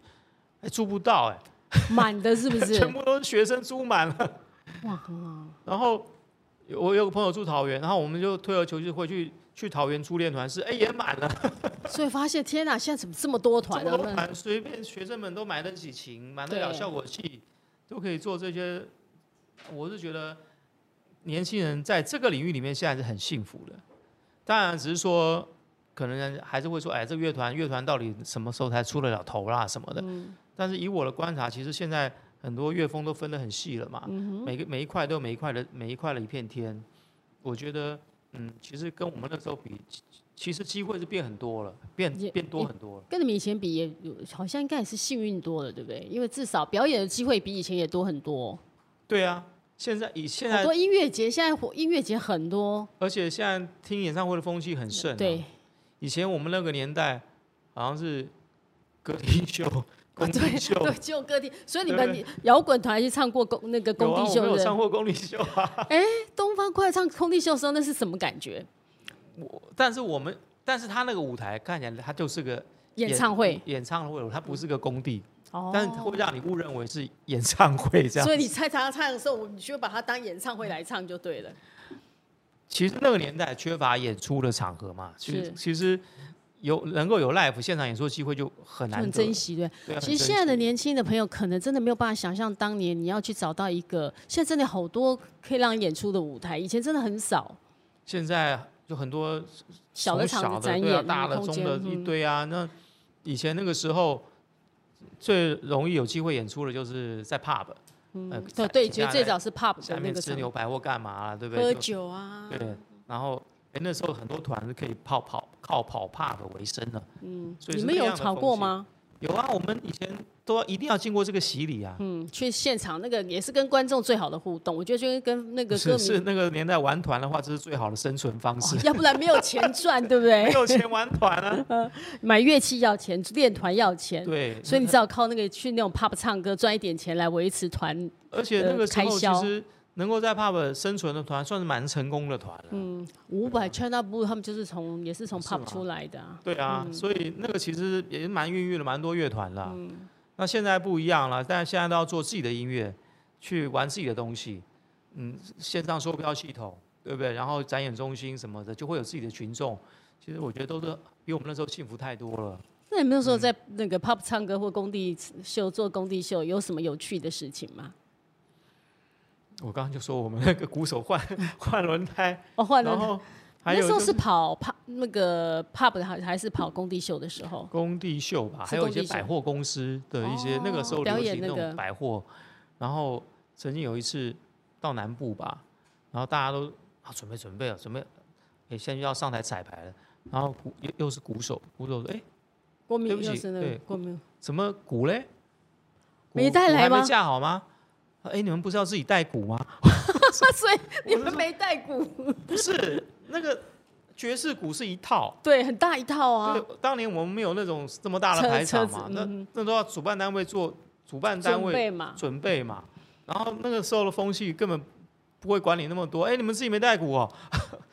B: 哎租不到哎、 *laughs*
A: 满的是不是？
B: 全部都是学生租满了。
A: 哇，很好，
B: 然后我有个朋友住桃园，然后我们就退而求其次回去去桃园租练团是哎也满了，
A: 所以发现天哪，现在怎么这么多团啊
B: 这么多
A: 呢？
B: 团随便学生们都买得起琴，买得了
A: 对
B: 效果器，都可以做这些。我是觉得年轻人在这个领域里面现在是很幸福的，当然只是说。可能还是会说，哎，这乐团乐团到底什么时候才出得了头啦什么的？
A: 嗯
B: 但是以我的观察，其实现在很多乐风都分得很细了嘛。
A: 嗯
B: 每个每一块都有每一块的每一块的一片天。我觉得，嗯，其实跟我们那时候比，其其实机会是变很多了，变
A: 也
B: 变多
A: 也
B: 很多了。
A: 跟你们以前比也有，好像应该也是幸运多了，对不对？因为至少表演的机会比以前也多很多，
B: 对啊，现在以现
A: 好
B: 在，
A: 多音乐节，现在活音乐节很多，
B: 而且现在听演唱会的风气很盛、啊。
A: 对，
B: 以前我们那个年代，好像是歌厅
A: *laughs*
B: 秀、工地
A: 啊对
B: 秀。
A: 对， *laughs* 只有歌厅，所以你
B: 对
A: 们摇滚团还去唱过工那个
B: 有
A: 工
B: 啊，
A: 地
B: 我
A: 秀
B: 们有
A: 的
B: 上，过工地秀啊，
A: 东方快唱工地秀的时候，那是什么感觉？
B: 我但是我们，但是他那个舞台看起来，他就是个
A: 演唱会
B: 演唱会，它不是个工地，
A: 哦
B: 但是会让你误认为是演唱会这样。
A: 所以你在他唱的时候，你就把它当演唱会来唱就对了。
B: 其实那个年代缺乏演出的场合嘛，其实
A: 是
B: 其实有能够有 live 现场演出的机会就很
A: 就
B: 难
A: 很
B: 得
A: 珍。惜，对。
B: 对啊，
A: 其实
B: 很珍
A: 现在的
B: 惜
A: 年轻的朋友，可能真的没有办法想象当年你要去找到一个，现在真的好多可以让你演出的舞台，以前真的很少，
B: 现在就很多
A: 小的
B: 从
A: 场
B: 小
A: 子
B: 的
A: 展
B: 对啊，
A: 演、
B: 大的
A: 空
B: 中
A: 间
B: 的一
A: 嗯
B: 堆啊。那以前那个时候最容易有机会演出的就是在 pub，呃
A: 嗯，
B: 下
A: 对对，
B: 请
A: 其实
B: 假
A: 最
B: 来
A: 早是 pub 的
B: 下
A: 那
B: 面
A: 个
B: 吃
A: 场，
B: 牛排或干嘛啦，对不对？
A: 喝
B: 就
A: 酒啊，
B: 对，然后哎那时候很多团是可以泡跑靠跑 pub 为生的。
A: 嗯，
B: 所以
A: 你
B: 是
A: 们
B: 那
A: 有
B: 样的
A: 吵
B: 风
A: 过
B: 气
A: 吗？
B: 有啊，我们以前都要一定要经过这个洗礼啊。 *laughs*
A: 嗯，去现场那个也是跟观众最好的互动，我觉得就是跟那个歌
B: 是
A: 迷
B: 是，那个年代玩团的话，这是最好的生存方式
A: 哦。要不然没有钱赚，对不
B: 没
A: 对？
B: 有钱玩团
A: *laughs*
B: 啊，
A: 买乐器要钱，练团要钱，
B: 对，
A: 所以你
B: 那
A: 只好靠那个去那种 pub 唱歌赚一点钱来维持团
B: 而且那个时
A: 开
B: 候其
A: 销
B: 实能够在 pub 生存的团，算是蛮成功的团了。
A: 嗯，伍佰、China Blue 他们就是从也是从
B: 啊是
A: pop
B: 吗
A: 出来的、啊。
B: 对啊，所以那个其实也蛮孕育了蛮多乐团啦。
A: 嗯
B: 那现在不一样了，但现在都要做自己的音乐，去玩自己的东西。嗯，线上售票系统，对不对？然后展演中心什么的，就会有自己的群众。其实我觉得都是比我们那时候幸福太多了。
A: 那你们那时候在那个 pop 唱歌或工地秀做工地秀，有什么有趣的事情吗？
B: 我刚刚就说我们那个鼓手换换轮胎，
A: 哦，换
B: 然
A: 了
B: 后还
A: 那
B: 有
A: 时候
B: 就是
A: 跑 pub 那个 pub 的还还是跑工地秀的时候，
B: 工地秀吧，
A: 是
B: 还有一些
A: 工地秀
B: 百货公司的一些、那个时候
A: 哦表
B: 流
A: 演
B: 行那
A: 那
B: 种
A: 个
B: 百货，然后曾经有一次到南部吧，然后大家都啊准备准备了，准备，哎现在要上台彩排了，然后鼓又又是鼓手，鼓手说哎
A: 郭敏
B: 对不
A: 又
B: 起
A: 是那个
B: 对
A: 郭敏，
B: 怎么鼓嘞？鼓
A: 没带
B: 鼓
A: 来
B: 还
A: 吗
B: 没架好吗？哎你们不是要自己带鼓吗？ *laughs*
A: 那所以你们没带鼓，
B: 不是那个爵士鼓是一套。
A: 对，很大一套啊，
B: 对，当年我们没有那种这么大的
A: 车
B: 排
A: 车
B: 场
A: 子
B: 嘛，那
A: 嗯哼
B: 那都要主办单位做，主办单
A: 准
B: 位
A: 备嘛，
B: 准备嘛。然后那个时候的风气根本不会管你那么多，哎，你们自己没带鼓哦，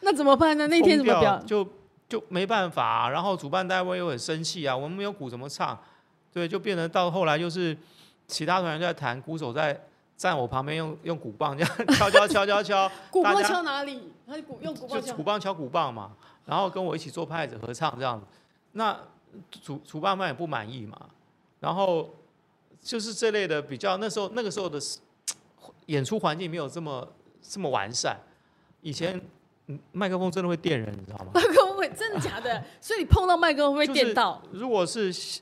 A: 那怎么办呢？那天怎么
B: 疯掉
A: 表？
B: 就就没办法啊、然后主办单位又很生气啊，我们没有鼓怎么唱？对，就变成到后来就是其他团员在弹，鼓手在站我旁边用用鼓棒这样 *laughs* 敲敲敲敲敲，
A: 鼓
B: 大
A: 棒
B: 家
A: 敲哪里？他鼓用鼓棒
B: 就
A: 敲 *laughs*
B: 鼓，棒敲鼓棒嘛，然后跟我一起做拍子合唱这样子。那主主办方也不满意嘛，然后就是这类的比较，那时候那个时候的演出环境没有这么这么完善，以前嗯麦克风真的会电人，你知道吗？
A: 麦克风会真的假的？所以你碰到麦克风会
B: 就
A: 电
B: 是
A: 到
B: 如果是下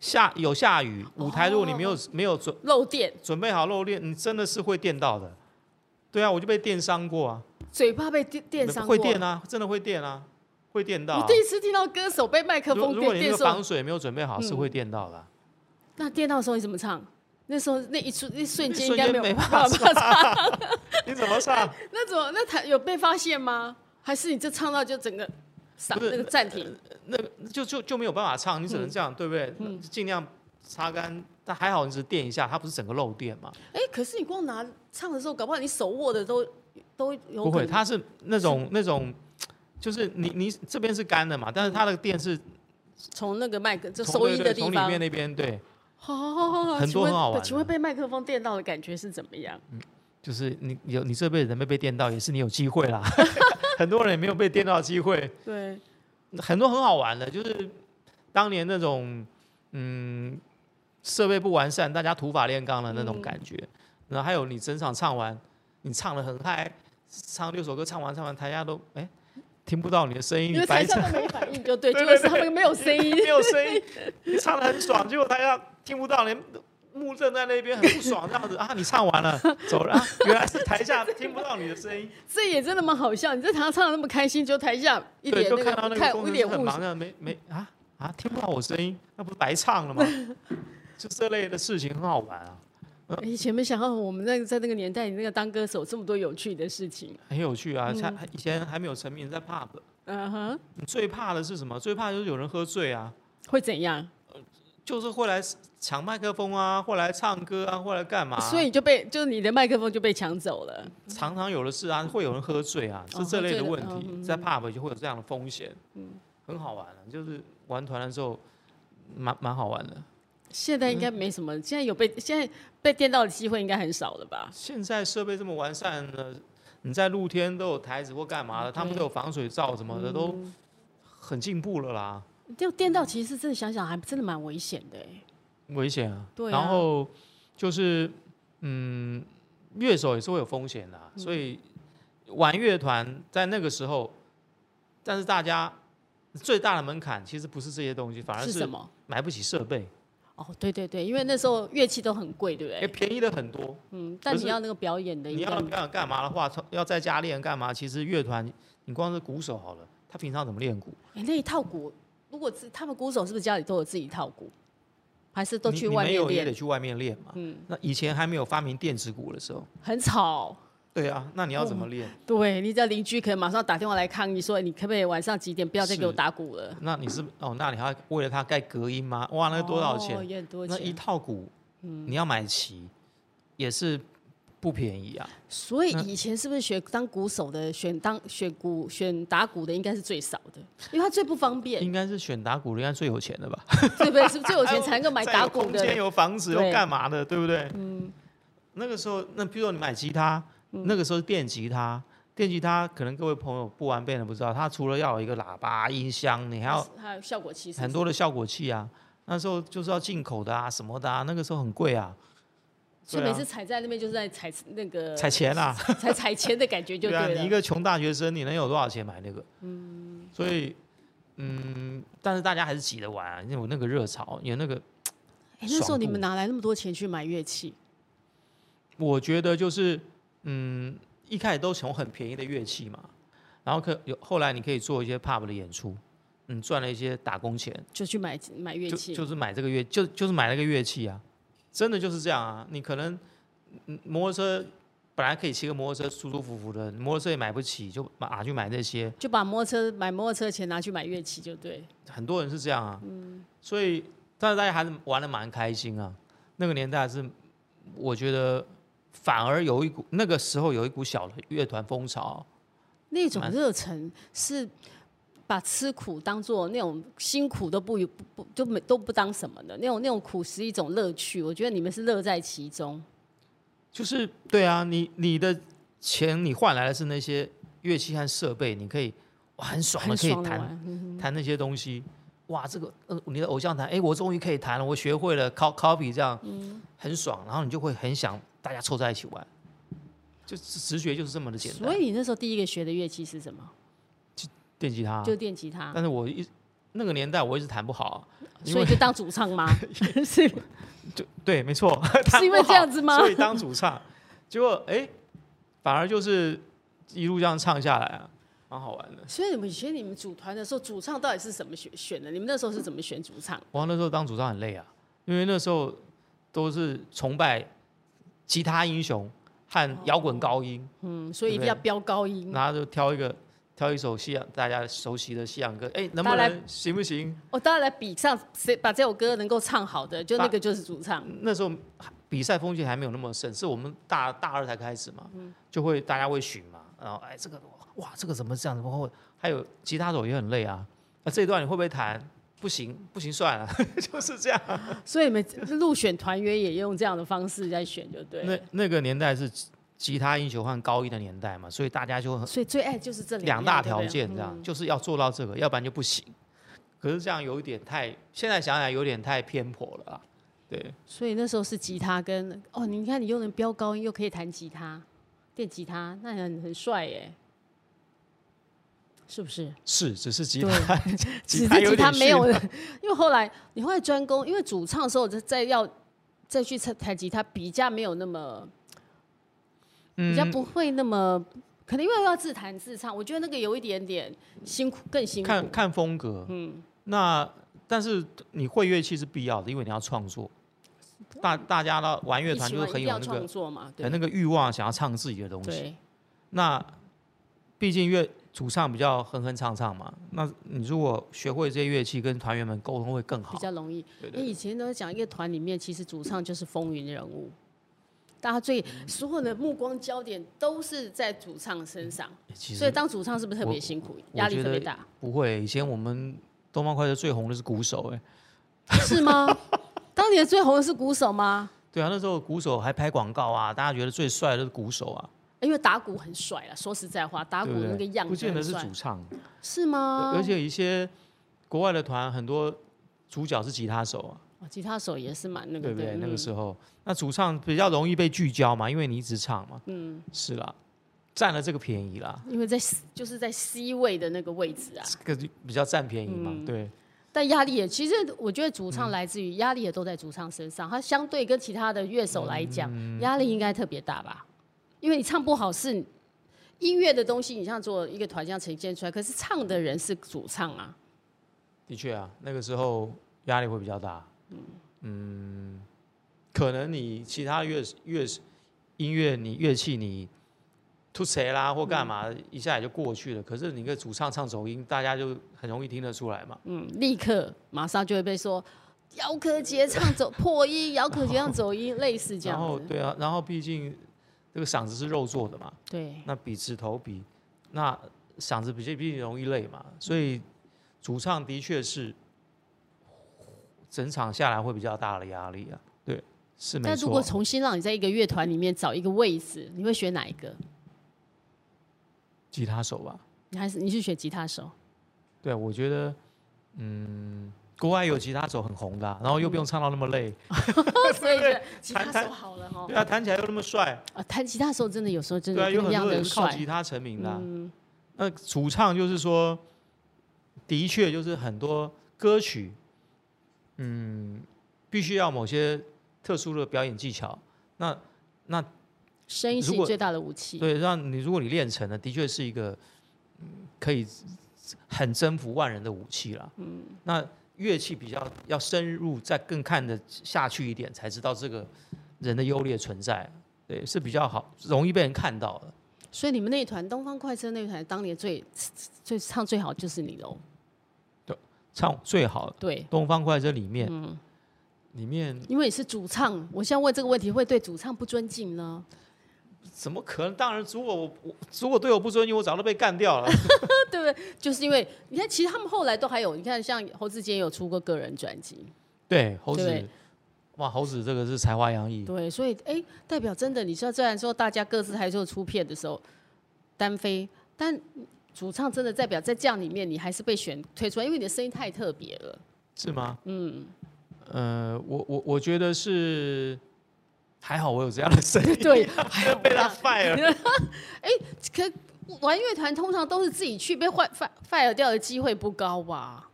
B: 下有下雨，舞台如果你没
A: 哦
B: 有、没有准
A: 漏电，
B: 准备好漏电，你真的是会电到的。对啊，我就被电伤过啊，
A: 嘴巴被电电伤过
B: 会电。啊，真的会电啊，会电到、啊。
A: 我第一次听到歌手被麦克
B: 如
A: 风
B: 如果
A: 电
B: 你那
A: 电
B: 个
A: 受
B: 防，水没有准备好，是
A: 嗯
B: 会电到的啊。
A: 那电到的时候你怎么唱？那时候那一瞬一瞬间应
B: 瞬
A: 该
B: 间
A: 没有
B: 没办
A: 法
B: 法
A: 唱，
B: 你怎么上？
A: *laughs* 那怎么那他有被发现吗？还是你这唱到就整个嗓
B: 不是
A: 那
B: 呃
A: 个暂停？
B: 那个 *laughs* 就就就没有办法唱，你
A: 嗯
B: 只能这样，对不对？那尽量擦干，但还好你只是电一下，它不是整个漏电嘛？
A: 哎、可是你光拿唱的时候，搞不好你手握的都都有
B: 不
A: 可
B: 会，
A: 能
B: 它是那种那种，就是你你这边是干的嘛，但是它的电是
A: 从那个麦克就
B: 从
A: 收音
B: 对
A: 的
B: 对
A: 地
B: 从里
A: 方
B: 面，那边对，
A: 好好好好好，
B: 很
A: 请
B: 多
A: 问
B: 很好玩的
A: 请问被麦克风电到的感觉是怎么样？
B: 就是你有你这辈子能被被电到，也是你有机
A: *laughs*
B: 会啦。很多人也没有被电到的机会，
A: 对，
B: 很多很好玩的，就是当年那种嗯设备不完善，大家土法炼钢的那种感
A: 嗯
B: 觉。然后还有你整场唱完，你唱的很嗨，唱六首歌唱完唱完，台下都哎听不到你的声音，
A: 因为
B: 你
A: 台
B: 白
A: 上
B: 唱
A: 都没反应，就对，
B: *laughs* 对
A: 结
B: 对，
A: 果是他们没有声音
B: *laughs* 没有声音，你唱的很爽，结果台下听不到，连木正在那边很不爽这样子啊，你唱完了走了、啊，原来是台下听不到你的声音，
A: 这也真的蛮好笑。你在台上唱的那么开心，就台下一
B: 对，
A: 点
B: 就
A: 个
B: 看到那个
A: 看一
B: 工程师
A: 脸
B: 很
A: 雾
B: 忙的，没没啊啊，听不到我声音，那不是白唱了吗？ *laughs* 就这类的事情很好玩啊，
A: 哎以前没想到我们那个在那个年代，你那个当歌手这么多有趣的事情。
B: 很有趣啊。像以前还没有成名，在 pub，
A: 嗯哼，
B: 你最怕的是什么？最怕就是有人喝醉啊，
A: 会怎样？
B: 就是会来抢麦克风啊，会来唱歌啊，会来干嘛啊、
A: 所以就被就你的麦克风就被抢走了。
B: 常常有的是啊，会有人喝醉啊，
A: 哦
B: 是这类的问
A: 喝醉
B: 题，
A: 了嗯嗯
B: 在 pub 就会有这样的风险。很好玩、啊，就是玩团的时候，蛮蛮好玩的。
A: 现在应该没什么，
B: 嗯
A: 现在有被现在被电到的机会应该很少了吧？
B: 现在设备这么完善的，你在露天都有台子或干
A: 嗯
B: 嘛的，他们都有防水罩什么的，都很进步了啦，
A: 就电到其实真的想想还真的蛮危险的欸
B: 危险啊。
A: 对啊
B: 然后就是，嗯，乐手也是会有风险
A: 嗯
B: 的啊、所以玩乐团在那个时候，但是大家最大的门槛其实不是这些东西，反而
A: 是什
B: 是
A: 么？
B: 买不起设备，
A: 哦，对对对，因为那时候乐器都很贵，对不
B: 哎，
A: 对？
B: 便宜的很多。
A: 嗯，但
B: 可
A: 你
B: 是
A: 要那个表演的，
B: 你要
A: 应该
B: 要干嘛的话，要在家练干嘛？其实乐团，你光是鼓手好了，他平常怎么练鼓？
A: 哎那一套鼓，如果是他们鼓手是不是家里都有自己一套鼓，还是都
B: 你
A: 去
B: 你
A: 外
B: 没
A: 面
B: 有也得
A: 练？
B: 去外面练嘛。
A: 嗯
B: 那以前还没有发明电子鼓的时候，
A: 很吵。
B: 对啊，那你要
A: 哦
B: 怎么练？
A: 对，你在邻居可能马上打电话来抗议说，你可不可以晚上几点不要再给我
B: 是
A: 打鼓了？
B: 那你是哦，那你还要为了它盖隔音吗？哇，那个多少钱？
A: 哦、也很多
B: 那一
A: 钱。嗯
B: 套鼓，你要买齐，也是不便宜啊。
A: 所以以前是不是学当鼓手的，选当选鼓选打鼓的应该是最少的，因为他最不方便，
B: *laughs* 应该是选打鼓的应该最有钱的吧？
A: 对不对？是不是最有钱才能够买
B: 再
A: 打
B: 有
A: 鼓
B: 空间
A: 的？
B: 有房子又
A: 对
B: 干嘛的，对不对？嗯。那个时候，那比如说你买吉他，
A: 嗯
B: 那个时候是电吉他，电吉他可能各位朋友不玩遍的不知道，它除了要有一个喇叭音箱，你还要
A: 还有效果器是不是
B: 很多的效果器啊。那时候就是要进口的啊，什么的啊，那个时候很贵啊。
A: 所以
B: 对啊
A: 每次踩在那边就是在踩那个
B: 踩钱啦、
A: 踩踩钱的感觉呃就
B: 对啊，
A: 了。
B: 你一个穷大学生，你能有多少钱买那个？嗯，所以，嗯，但是大家还是挤着玩、啊，有那个热潮，有那个，
A: 哎那时候
B: 爽
A: 你
B: 度
A: 们哪来那么多钱去买乐器？
B: 我觉得就是，嗯，一开始都从很便宜的乐器嘛，然后可有后来你可以做一些 pub 的演出，嗯，赚了一些打工钱，
A: 就去买买乐
B: 就
A: 器，
B: 就是买这个乐，就就是买那个乐器啊，真的就是这样啊。你可能嗯摩托车本来可以骑个摩托车舒舒服服的，摩托车也买不起，就买啊去买那些。
A: 就把摩托车买摩托车钱拿去买乐器就对。
B: 很多人是这样啊，
A: 嗯
B: 所以但是大家还是玩的蛮开心啊。那个年代是，我觉得反而有一股那个时候有一股小的乐团风潮，
A: 那种
B: 蛮
A: 热忱是把吃苦当做那种辛苦都不不不就没都不当什么的那种那种苦是一种乐趣，我觉得你们是乐在其中。
B: 就是对啊，你你的钱你换来的是那些乐器和设备，你可以哇很爽的
A: 很
B: 可以
A: 爽的
B: 弹
A: 玩，嗯
B: 弹那些东西，哇，这个呃你的偶像弹，哎，我终于可以弹了，我学会了 co- copy 这样，
A: 嗯
B: 很爽，然后你就会很想大家凑在一起玩，就直觉就是这么的简
A: 所
B: 单，
A: 以你那时候第一个学的乐器是什么？
B: 电吉他啊、
A: 就电吉他，
B: 但是我一那个年代我一直弹不好啊，因
A: 所以
B: 为
A: 就当主唱
B: *laughs*
A: 吗？是
B: 就对，没错，弹
A: 是因
B: 不
A: 为这样
B: 好
A: 子吗
B: *laughs* 所以当主唱，结果哎，反而就是一路这样唱下来啊，蛮好玩的。
A: 所以你们以前你们组团的时候，主唱到底是怎么选选的？你们那时候是怎么选主唱？
B: 哇，那时候当主唱很累啊，因为那时候都是崇拜吉他英雄和摇滚高音，
A: 嗯，所以一定
B: 对
A: 要飙高音。
B: 然后就挑一个挑一首西洋大家熟悉的西洋歌，哎，能不
A: 大家来
B: 能行不行？
A: 我、当然哦来比上谁把这首歌能够唱好的，就那个就是主
B: *laughs*
A: 唱。
B: 那时候比赛风气还没有那么盛，是我们大大二才开始嘛，
A: 嗯
B: 就会大家会巡嘛，然后哎这个哇这个怎么这样，怎么会？还有吉他手也很累啊，那、这一段你会不会弹？不行不行算了， *laughs* 就是这样。
A: 所以你们入选团员也用这样的方式在选，就对
B: 那
A: 了。
B: 那个年代是吉他英雄和高一的年代嘛，所以大家就很
A: 所以最爱就是这
B: 两
A: 两
B: 大
A: 样
B: 条
A: 对
B: 件这
A: 不对
B: 样，就是要做到这个，要不然就不行。可是这样有一点太，现在想想有点太偏颇了啊。对
A: 嗯，所以那时候是吉他跟哦，你看你又能飙高音，又可以弹吉他、电吉他，那很很帅耶，是不是？
B: 是只是吉
A: 对
B: 他，
A: 只
B: 吉
A: 是
B: 他
A: 吉
B: 有点
A: 他没有
B: 逊，
A: *laughs* 因为后来你后来专攻，因为主唱的时候再再要再去弹弹吉他，比较没有那么，
B: 嗯
A: 比较不会那么，可能因为要自弹自唱，我觉得那个有一点点辛苦，更辛苦。
B: 看看风格，嗯，那但是你会乐器是必要的，因为你要创作。大大家呢玩乐
A: 一
B: 团
A: 起
B: 就
A: 玩一
B: 是很
A: 定
B: 有
A: 要
B: 那
A: 创
B: 个
A: 作嘛，对
B: 很那个欲望，想要唱自己的东西。
A: 对，
B: 那毕竟乐主唱比较哼哼唱唱嘛，那你如果学会这些乐器，跟团员们沟通会更好
A: 比。较容易。
B: 对
A: 你以前都讲一个团里面，其实主唱就是风云人物，大家最
B: 嗯
A: 所有的目光焦点都是在主唱身上，
B: 嗯其
A: 所以
B: 实
A: 当主唱是不是特别
B: 我
A: 辛苦，
B: 我
A: 压力
B: 觉
A: 特别
B: 得
A: 大，
B: 不会，以前我们东方快车最红的是鼓手，哎，
A: *laughs* 是吗？当年最红的是鼓手吗？
B: 对啊，那时候鼓手还拍广告啊，大家觉得最帅的就是鼓手啊，
A: 因为打鼓很帅啦，说实在话，打鼓
B: 对不对
A: 那个样子
B: 不见得
A: 很
B: 是
A: 帅哦
B: 主唱，
A: 是吗？
B: 而且一些国外的团很多主角是吉他手啊，
A: 哦吉他手也是蛮那个
B: 对不对？那个
A: 嗯
B: 时候，那主唱比较容易被聚焦嘛，因为你一直唱嘛，嗯，是啦，占了这个便宜啦，
A: 因为在 C- 就是在 C 位的那个位置啊，
B: 这个就比较占便宜嘛，
A: 嗯
B: 对，
A: 但压力也其实我觉得主唱来自于压力也都在主唱身上，他相对跟其他的乐手来讲，
B: 嗯
A: 压力应该特别大吧？因为你唱不好是音乐的东西，你像做一个团这样呈现出来，可是唱的人是主唱啊，
B: 的确啊，那个时候压力会比较大，嗯可能你其他乐乐音乐你乐器你吐谁啦或干嘛、
A: 嗯
B: 一下也就过去了，可是你个主唱唱走音，大家就很容易听得出来嘛，
A: 嗯，立刻马上就会被说姚可杰唱走破音，姚可杰唱走音，类似这
B: 然后
A: 样子，
B: 对啊，然后毕竟这个嗓子是肉做的嘛。
A: 对。
B: 那比指头比，那嗓子比较毕竟容易累嘛，所以主唱的确是整场下来会比较大的压力啊。对，是没
A: 但如果
B: 错。
A: 重新让你在一个乐团里面找一个位置，你会选哪一个？
B: 吉他手吧， *laughs* 啊
A: 你还是你是选吉他手？
B: 对，我觉得，嗯，国外有吉他手很红的啊、然后又不用唱到那么累，
A: 所以就吉
B: 弹
A: 他手好了哈
B: 对。啊，弹起来又那么帅，
A: 啊，弹吉他手真的有时候真
B: 对
A: 的
B: 啊，有
A: 不一
B: 很
A: 样
B: 多
A: 的
B: 人靠
A: 帅
B: 吉。他成名的啊、
A: 嗯，
B: 那主唱就是说，的确就是很多歌曲，嗯，必须要某些特殊的表演技巧。那那
A: 声音是
B: 如
A: 你
B: 果
A: 最大的武器。
B: 对，让你如果你练成了，的确是一个嗯可以很征服万人的武器啦。嗯，那乐器比较要深入，再更看得下去一点，才知道这个人的优劣存在。对，是比较好，容易被人看到的。
A: 所以你们那一团东方快车那一团，当年最最唱最好就是你喽。
B: 唱最好《
A: 对，
B: 东方快车》里面，
A: 嗯
B: 里面
A: 因为你是主唱，我现在问这个问题会对主唱不尊敬呢？
B: 怎么可能？当然，如果我我如果对我不尊敬，我早都被干
A: *laughs*
B: 掉了。
A: 对不对？就是因为你看，其实他们后来都还有，你看像侯志坚有出过个人专辑，
B: 对，猴
A: 对
B: 子，哇，猴子这个是才华洋溢。
A: 对，所以哎，代表真的，你像虽然说大家各自还做出片的时候单飞，但主唱真的代表在这样里面，你还是被选推出来，因为你的声音太特别了。
B: 是吗？嗯，呃，我我我觉得是还好，我有这样的声音，
A: *laughs* 对，
B: 还要被他 fire。
A: 可玩乐团通常都是自己去被换 fire fire 掉的机会不高啊吧？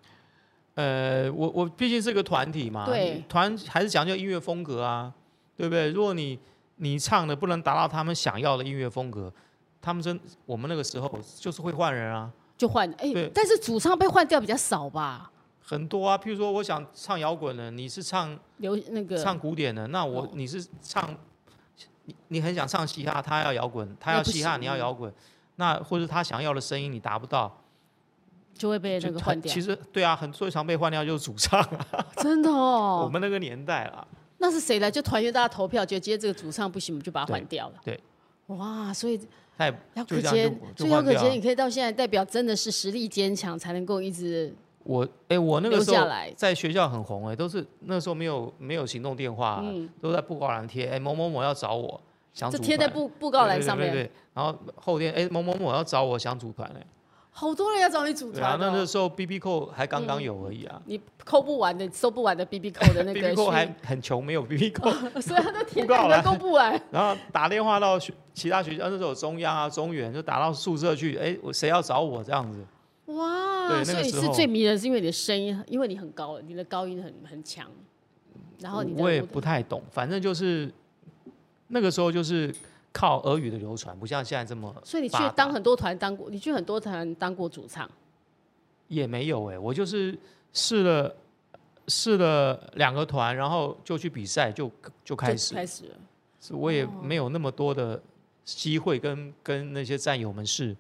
B: 呃，我我毕竟是个团体嘛，
A: 对
B: 你团还是讲究音乐风格啊，对不对？如果你你唱的不能达到他们想要的音乐风格，他们真我们那个时候就是会换人啊，
A: 就换哎
B: 对，
A: 但是主唱被换掉比较少吧？
B: 很多啊。譬如说，我想唱摇滚的，你是唱
A: 留那个
B: 唱古典的，那我、
A: 哦
B: 你是唱，你你很想唱嘻哈，他要摇滚，他
A: 那
B: 要
A: 不
B: 嘻哈，
A: 行
B: 你要摇滚，那或者他想要的声音你达不到，
A: 就会被那
B: 就
A: 个
B: 很
A: 换掉
B: 其，实对啊，很最常被换掉就是主唱啊，
A: 真的
B: *laughs* 我
A: 哦。
B: 们那个年代啦，
A: 那是谁来？就团员大家投票，觉得今天这个主唱不行，我们就把他换掉了。
B: 对，
A: 哇，所以
B: 他也
A: 姚可
B: 就这样
A: 杰，
B: 就
A: 所
B: 就
A: 以姚
B: 换
A: 可
B: 掉
A: 杰，
B: 啊
A: 你。可以到现在代表真的是实力坚强，才能够一直
B: 我哎、我那
A: 留
B: 个时
A: 下
B: 候
A: 来。
B: 在学校很红哎、都是那时候没有没有行动电话啊、
A: 嗯，
B: 都在布告栏贴哎某某某要找我，想
A: 这
B: 组
A: 贴在
B: 团
A: 布布告栏
B: 对对
A: 上
B: 对
A: 面，
B: 对，然后后天哎、某某某要找我想组团哎、
A: 好多人要找你组
B: 对啊，
A: 团
B: 那那
A: 哦。嗯
B: 时候 B B 扣还刚刚有而已啊。
A: 你扣不完的、收不完的 B B 扣的那
B: *laughs* B
A: 个
B: B 扣还很穷，没有 B B 扣，
A: *laughs* 所以他都填
B: 不告
A: 在
B: 了
A: 公布
B: *laughs*
A: 栏。
B: 然后打电话到学其他学校，那时候有中央啊、中原，就打到宿舍去，哎，我谁要找我这样子？
A: 哇，
B: 对那个
A: 所以
B: 时
A: 是
B: 候
A: 最迷人，是因为你的声音，因为你很高，你的高音很很强，然后你的
B: 我也不太懂，反正就是那个时候就是靠俄语的流传，不像现在这么
A: 所以你去
B: 发达
A: 当很多团当过，你去很多团当过主唱，
B: 也没有哎、我就是试了试了两个团，然后就去比赛，就就开
A: 就
B: 始，
A: 开始了
B: 是我也
A: 哦
B: 没有那么多的机会跟跟那些战友们试，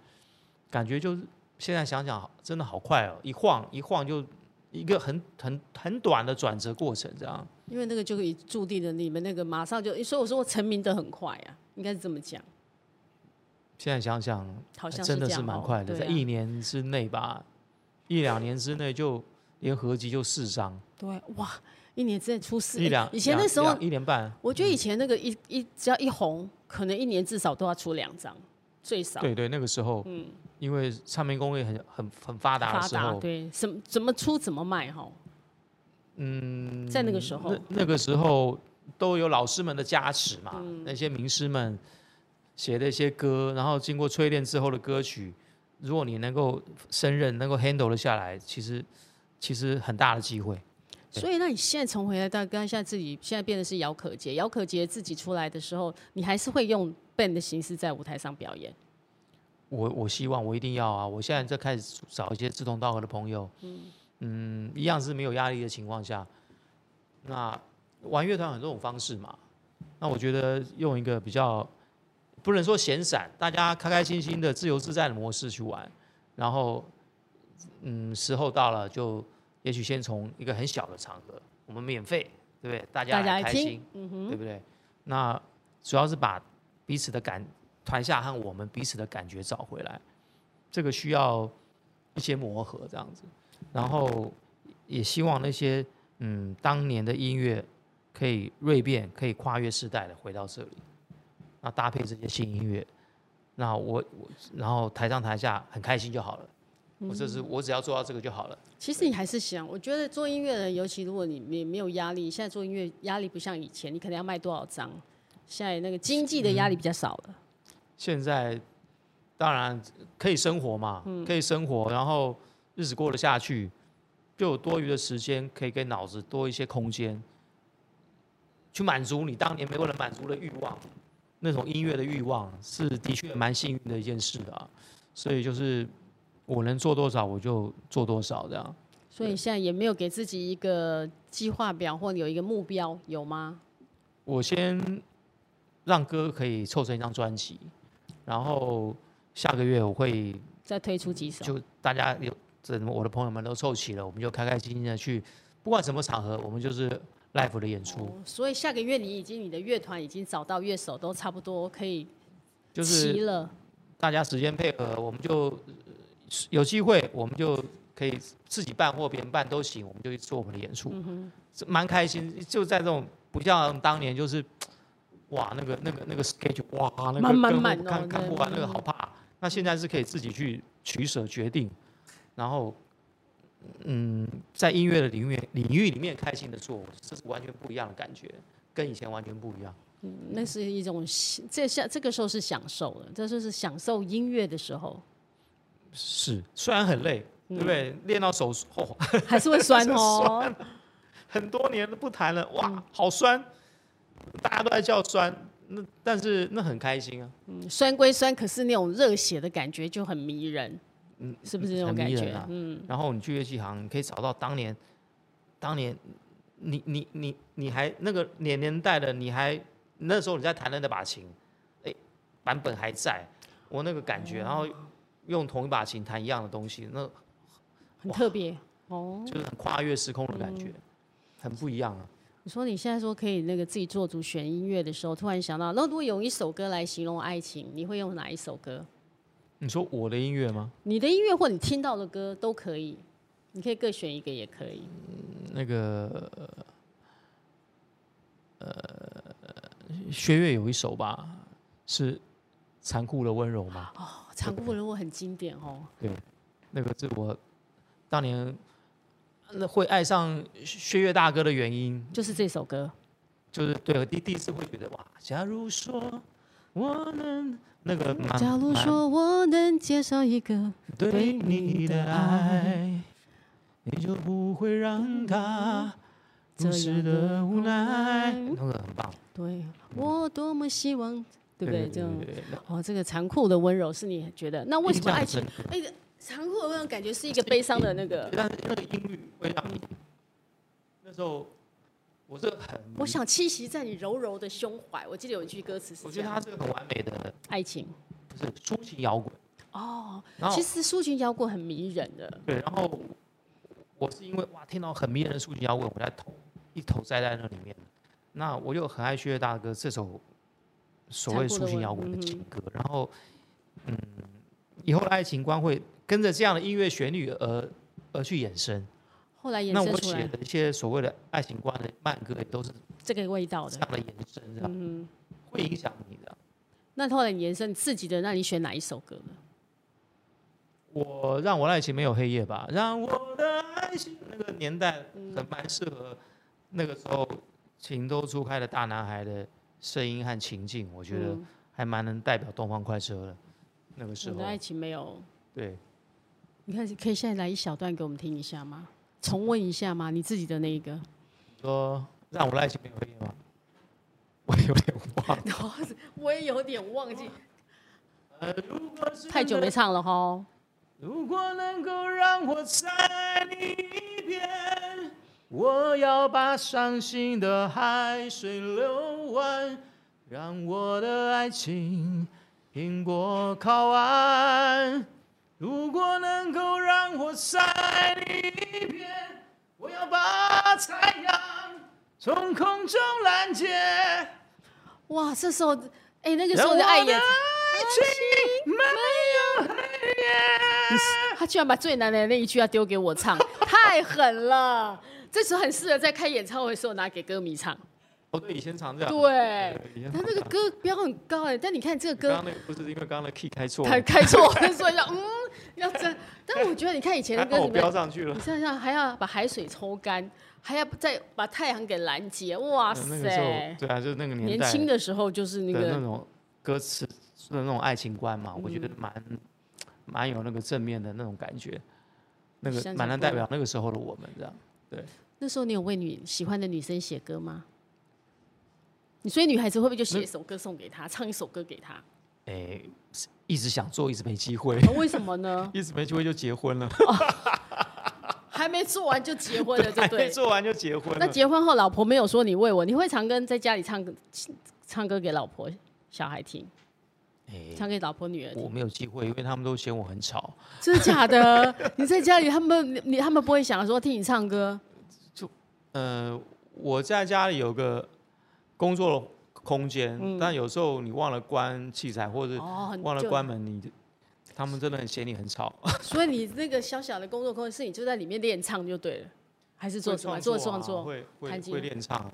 B: 感觉就是现在想想，真的好快哦，一晃一晃就一个很很很短的转折过程，这样
A: 因为那个就可以注定了你们那个马上就，所以我说我成名的很快啊，应该是这么讲，
B: 现在想想，
A: 好像
B: 真
A: 这
B: 的是
A: 样哦，
B: 蛮快的，
A: 对
B: 在
A: 啊
B: 一年之内吧，一两年之内就连合集就四张，
A: 对哇，一年之内出事，哎
B: 一两
A: 以前
B: 两
A: 那时候
B: 两一年半，
A: 我觉得以前那个一一只要一红，可能一年至少都要出两张，最少。
B: 对对，那个时候，因为唱片工业很很很发达
A: 嗯发
B: 的时
A: 达
B: 候，
A: 对，什么怎么出怎么卖哈。嗯，在那个时候
B: 那，那个时候都有老师们的加持嘛，那些名师们写的一些歌，然后经过淬炼之后的歌曲，如果你能够胜任，能够 handle 得下来，其实其实很大的机会。
A: 所以那你现在重回来到跟现在自己现在变得是姚可杰，姚可杰自己出来的时候，你还是会用 band 的形式在舞台上表演。
B: 我我希望我一定要啊！我现在在开始找一些志同道合的朋友，嗯一样是没有压力的情况下，那玩乐团很多种方式嘛，那我觉得用一个比较不能说闲散，大家开开心心的自由自在的模式去玩，然后嗯时候到了就也许先从一个很小的场合，我们免费，对不对？大家
A: 大家来
B: 来开
A: 听
B: 心，对不对？那主要是把彼此的感团下和我们彼此的感觉找回来，这个需要一些磨合这样子，然后也希望那些嗯当年的音乐可以锐变，可以跨越世代的回到这里，那搭配这些新音乐，那我我然后台上台下很开心就好了。我这是我只要做到这个就好了。
A: 其实你还是想，我觉得做音乐的人，尤其如果你你没有压力，现在做音乐压力不像以前，你可能要卖多少张，现在那个经济的
B: 嗯
A: 压力比较少了。
B: 现在当然可以生活嘛，可以生活，然后日子过得下去，就有多余的时间可以给脑子多一些空间，去满足你当年没有人满足的欲望，那种音乐的欲望是的确蛮幸运的一件事啊。所以就是我能做多少我就做多少这样。
A: 所以现在也没有给自己一个计划表，或者有一个目标，有吗？
B: 我先让歌可以凑成一张专辑，然后下个月我会
A: 再推出几首？
B: 就大家有怎么我的朋友们都凑齐了，我们就开开心心的去，不管什么场合，我们就是 live 的演出，
A: 哦所以下个月你已经你的乐团已经找到乐手，都差不多可以
B: 就
A: 齐
B: 是
A: 了。
B: 大家时间配合，我们就呃有机会我们就可以自己办或别人办都行，我们就去做我们的演出，是蛮开心。就在这种不像当年就是，哇，那个那个那个 schedule，哇，那个
A: 满满
B: 跟我
A: 满哦
B: 看看
A: 对
B: 不完，那个
A: 嗯
B: 好怕。那现在是可以自己去取舍决定，然后，嗯，在音乐的领域领域里面开心的做，这是完全不一样的感觉，跟以前完全不一样。
A: 嗯那是一种喜这下这个时候是享受了，这就是享受音乐的时候，
B: 是，虽然很累，对不对？练到手哦，
A: 还是会酸
B: *laughs*
A: 哦。
B: 很多年都不弹了，
A: 嗯
B: 哇，好酸，大家都在叫酸，那但是那很开心啊，
A: 嗯酸归酸，可是那种热血的感觉就很迷人，
B: 嗯，
A: 是不是那种
B: 很
A: 感
B: 迷人
A: 觉？
B: 啊
A: 嗯，
B: 然后你去乐器行，你可以找到当年，当年你你你你还那个年年代的，你还那时候你在弹的那把琴，哎，版本还在，我那个感觉，然后
A: 哦
B: 用同一把琴弹一样的东西，那
A: 很特别哦。
B: 就是很跨越时空的感觉，很不一样啊。
A: 你说你现在说可以那个自己做主选音乐的时候，突然想到，那如果用一首歌来形容爱情，你会用哪一首歌？
B: 你说我的音乐吗？
A: 你的音乐或你听到的歌都可以，你可以各选一个也可以。
B: 那个呃，薛岳有一首吧，是《残酷的温柔》嘛？
A: 哦，残酷人物很经典哦。
B: 对，那个是我当年那会爱上薛岳大哥的原因，
A: 就是这首歌，
B: 就是对第第一次会觉得哇，假如说我能那个蛮
A: 假如
B: 蛮
A: 说我能介绍一个，
B: 对你的爱，你就不会让他如此的无奈。
A: 这样
B: 那个很棒，
A: 对我多么希望，对不对？这样
B: 对对对对
A: 哦，这个残酷的温柔是你觉得，那为什么爱情
B: 印象很深刻
A: 那个残酷的温柔感觉是一个悲伤的那个？
B: 但是那个音律会让你那时候我是很，
A: 我想栖息在你柔柔的胸怀。我记得有一句歌词是
B: 我
A: 这
B: 觉得
A: 样：
B: 它是个很完美的，
A: 爱情
B: 不是抒情摇滚。
A: 哦，
B: 然后
A: 其实抒情摇滚很迷人的，
B: 对，然后我是因为哇，听到很迷人的抒情摇滚，我在头一头栽在那里面。那我又很爱薛岳大哥这首所谓抒情摇滚的情歌，然后嗯，以后的爱情观会跟着这样的音乐旋律而而去衍生。
A: 后来衍
B: 那
A: 生
B: 我
A: 出
B: 写
A: 来
B: 的一些所谓的爱情观的慢歌，也都是
A: 这个味道
B: 这
A: 的。
B: 样的延伸，这样、
A: 嗯，
B: 会影响你的。
A: 那后来你延伸你自己的，那你选哪一首歌呢？
B: 我让我的爱情没有黑夜吧，让我的爱情那个年代嗯很蛮适合那个时候情窦初开的大男孩的声音和情境，我觉得
A: 嗯
B: 还蛮能代表东方快车的那个时
A: 我
B: 候
A: 的。爱情没有，
B: 对，
A: 你看可以现在来一小段给我们听一下吗？重温一下吗？你自己的那一个。
B: 说让我的爱情没有黑夜 *laughs* 吧，我有点忘了。
A: 我也有点忘记，
B: 呃如果是
A: 太久没
B: 能
A: 唱了哈。
B: 如果能够让我再爱你一遍，我要把伤心的海水流完，让我的爱情经过靠岸。如果能够让我再爱你一遍，我要把太阳从空中拦截，
A: 哇，这时候，哎、那个时
B: 让
A: 候
B: 我
A: 的
B: 的
A: 爱
B: 爱
A: 也，
B: 情没有黑夜。
A: *laughs* 他居然把最难的那一句要丢给 *laughs* 我唱，太狠了。这时候很适合在开演唱会的时候拿给歌迷唱。
B: 哦，对，以前常这样。
A: 对，
B: 对，以前
A: 他
B: 常
A: 那个
B: 这样
A: 歌标很高哎，但你看这个
B: 刚
A: 歌
B: 刚那个不是因为刚刚的 key 开错了
A: 开，开错，所以要嗯要
B: *laughs*
A: 这样。但我觉得你看以前的
B: 他
A: 歌
B: 帮我
A: 里面
B: 标，上去了
A: 你。想想还要把海水抽干，还要再把太阳给拦截，哇
B: 嗯那个
A: 塞
B: 时候，！对啊，就是那个年
A: 年
B: 代
A: 轻的时候就是那
B: 的那
A: 个
B: 种歌词的那种爱情观嘛，我觉
A: 嗯
B: 得蛮蛮有那个正面的那种感觉，那
A: 想
B: 个
A: 起
B: 蛮能
A: 过
B: 代表那个时候的我们这样。
A: 那时候你有为女喜欢的女生写歌吗？你所以女孩子会不会就写一首歌送给她，唱一首歌给
B: *laughs*
A: 她？啊
B: 哎，一直想做，一直没机会，
A: 啊为什么呢？
B: 一直没机会就结婚了，
A: 还没做完就结婚
B: *laughs*
A: 了，对不
B: 还没
A: 对？
B: 做完就结婚
A: 那
B: 了。
A: 结婚后，老婆没有说你为我，你会常跟在家里唱歌唱歌给老婆、小孩听，
B: 哎，
A: 唱给老婆、女儿听
B: 我，没有机会，因为他们都嫌我很吵，
A: 真的假的？ *laughs* 你在家里，他们你你他们不会想说听你唱歌，
B: 呃，我在家里有个工作空间，但有时候你忘了关器材，或者
A: 嗯哦很
B: 忘了
A: 就
B: 关门，你他们真的很嫌你很吵。
A: 所以你那个小小的工作空间是你就在里面练唱就对了，还是做
B: 会
A: 什么？
B: 创
A: 做
B: 作
A: 创
B: 啊
A: 作。
B: 会会
A: 弹
B: 会
A: 琴
B: 练唱啊。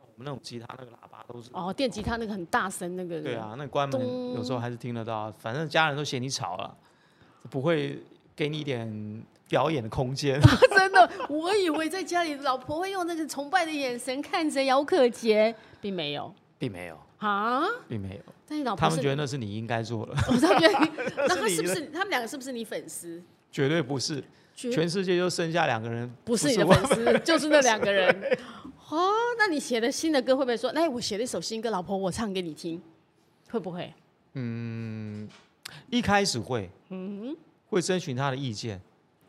B: 我们那种吉他那个喇叭都是，
A: 哦，电吉他那个很大声那个。
B: 对。啊，那关门有时候还是听得到啊，反正家人都嫌你吵了，不会给你一点表演的空
A: *laughs*
B: 间。
A: *laughs* 真的，我以为在家里老婆会用那个崇拜的眼神看着姚可杰，并没有
B: 并没有，
A: 啊。
B: 并没有，
A: 但你老婆
B: 他们
A: 哦是，
B: 觉得那是你应该做的， *laughs*
A: 哦他觉得你， *laughs* 那他
B: 是你
A: 是不是他们两个是不是你粉丝？
B: 绝对不是。全世界就剩下两个人
A: 不是你的
B: 我
A: 粉丝，就是那两个
B: *laughs*
A: 人。哦，那你写的新的歌会不会说，哎，我写了一首新歌，老婆我唱给你听，会不
B: 哎
A: 会？
B: 一开始会，会征询他的意见，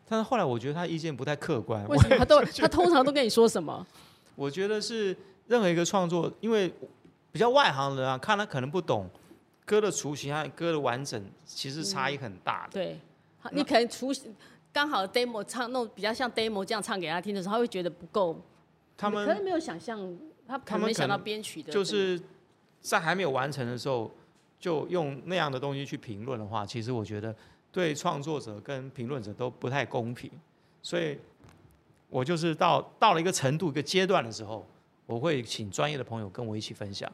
B: 但是后来我觉得他意见不太客观。
A: *laughs* 为什么他都他通常都跟你说什么？
B: 我觉得是任何一个创作，因为比较外行的人啊，看他可能不懂歌的雏形和歌的完整，其实差异很大的。 *laughs*
A: 对，好你可能出刚好 demo 唱弄比较像 demo 这样唱给他听的时候，他会觉得不够，
B: 他
A: 可
B: 们
A: 能没有想象，他可
B: 他
A: 能
B: 们
A: 没想
B: 可能
A: 到编曲的
B: 就是在还没有完成的时候，就用那样的东西去评论的话，其实我觉得对创作者跟评论者都不太公平。所以，我就是到到了一个程度、一个阶段的时候，我会请专业的朋友跟我一起分享。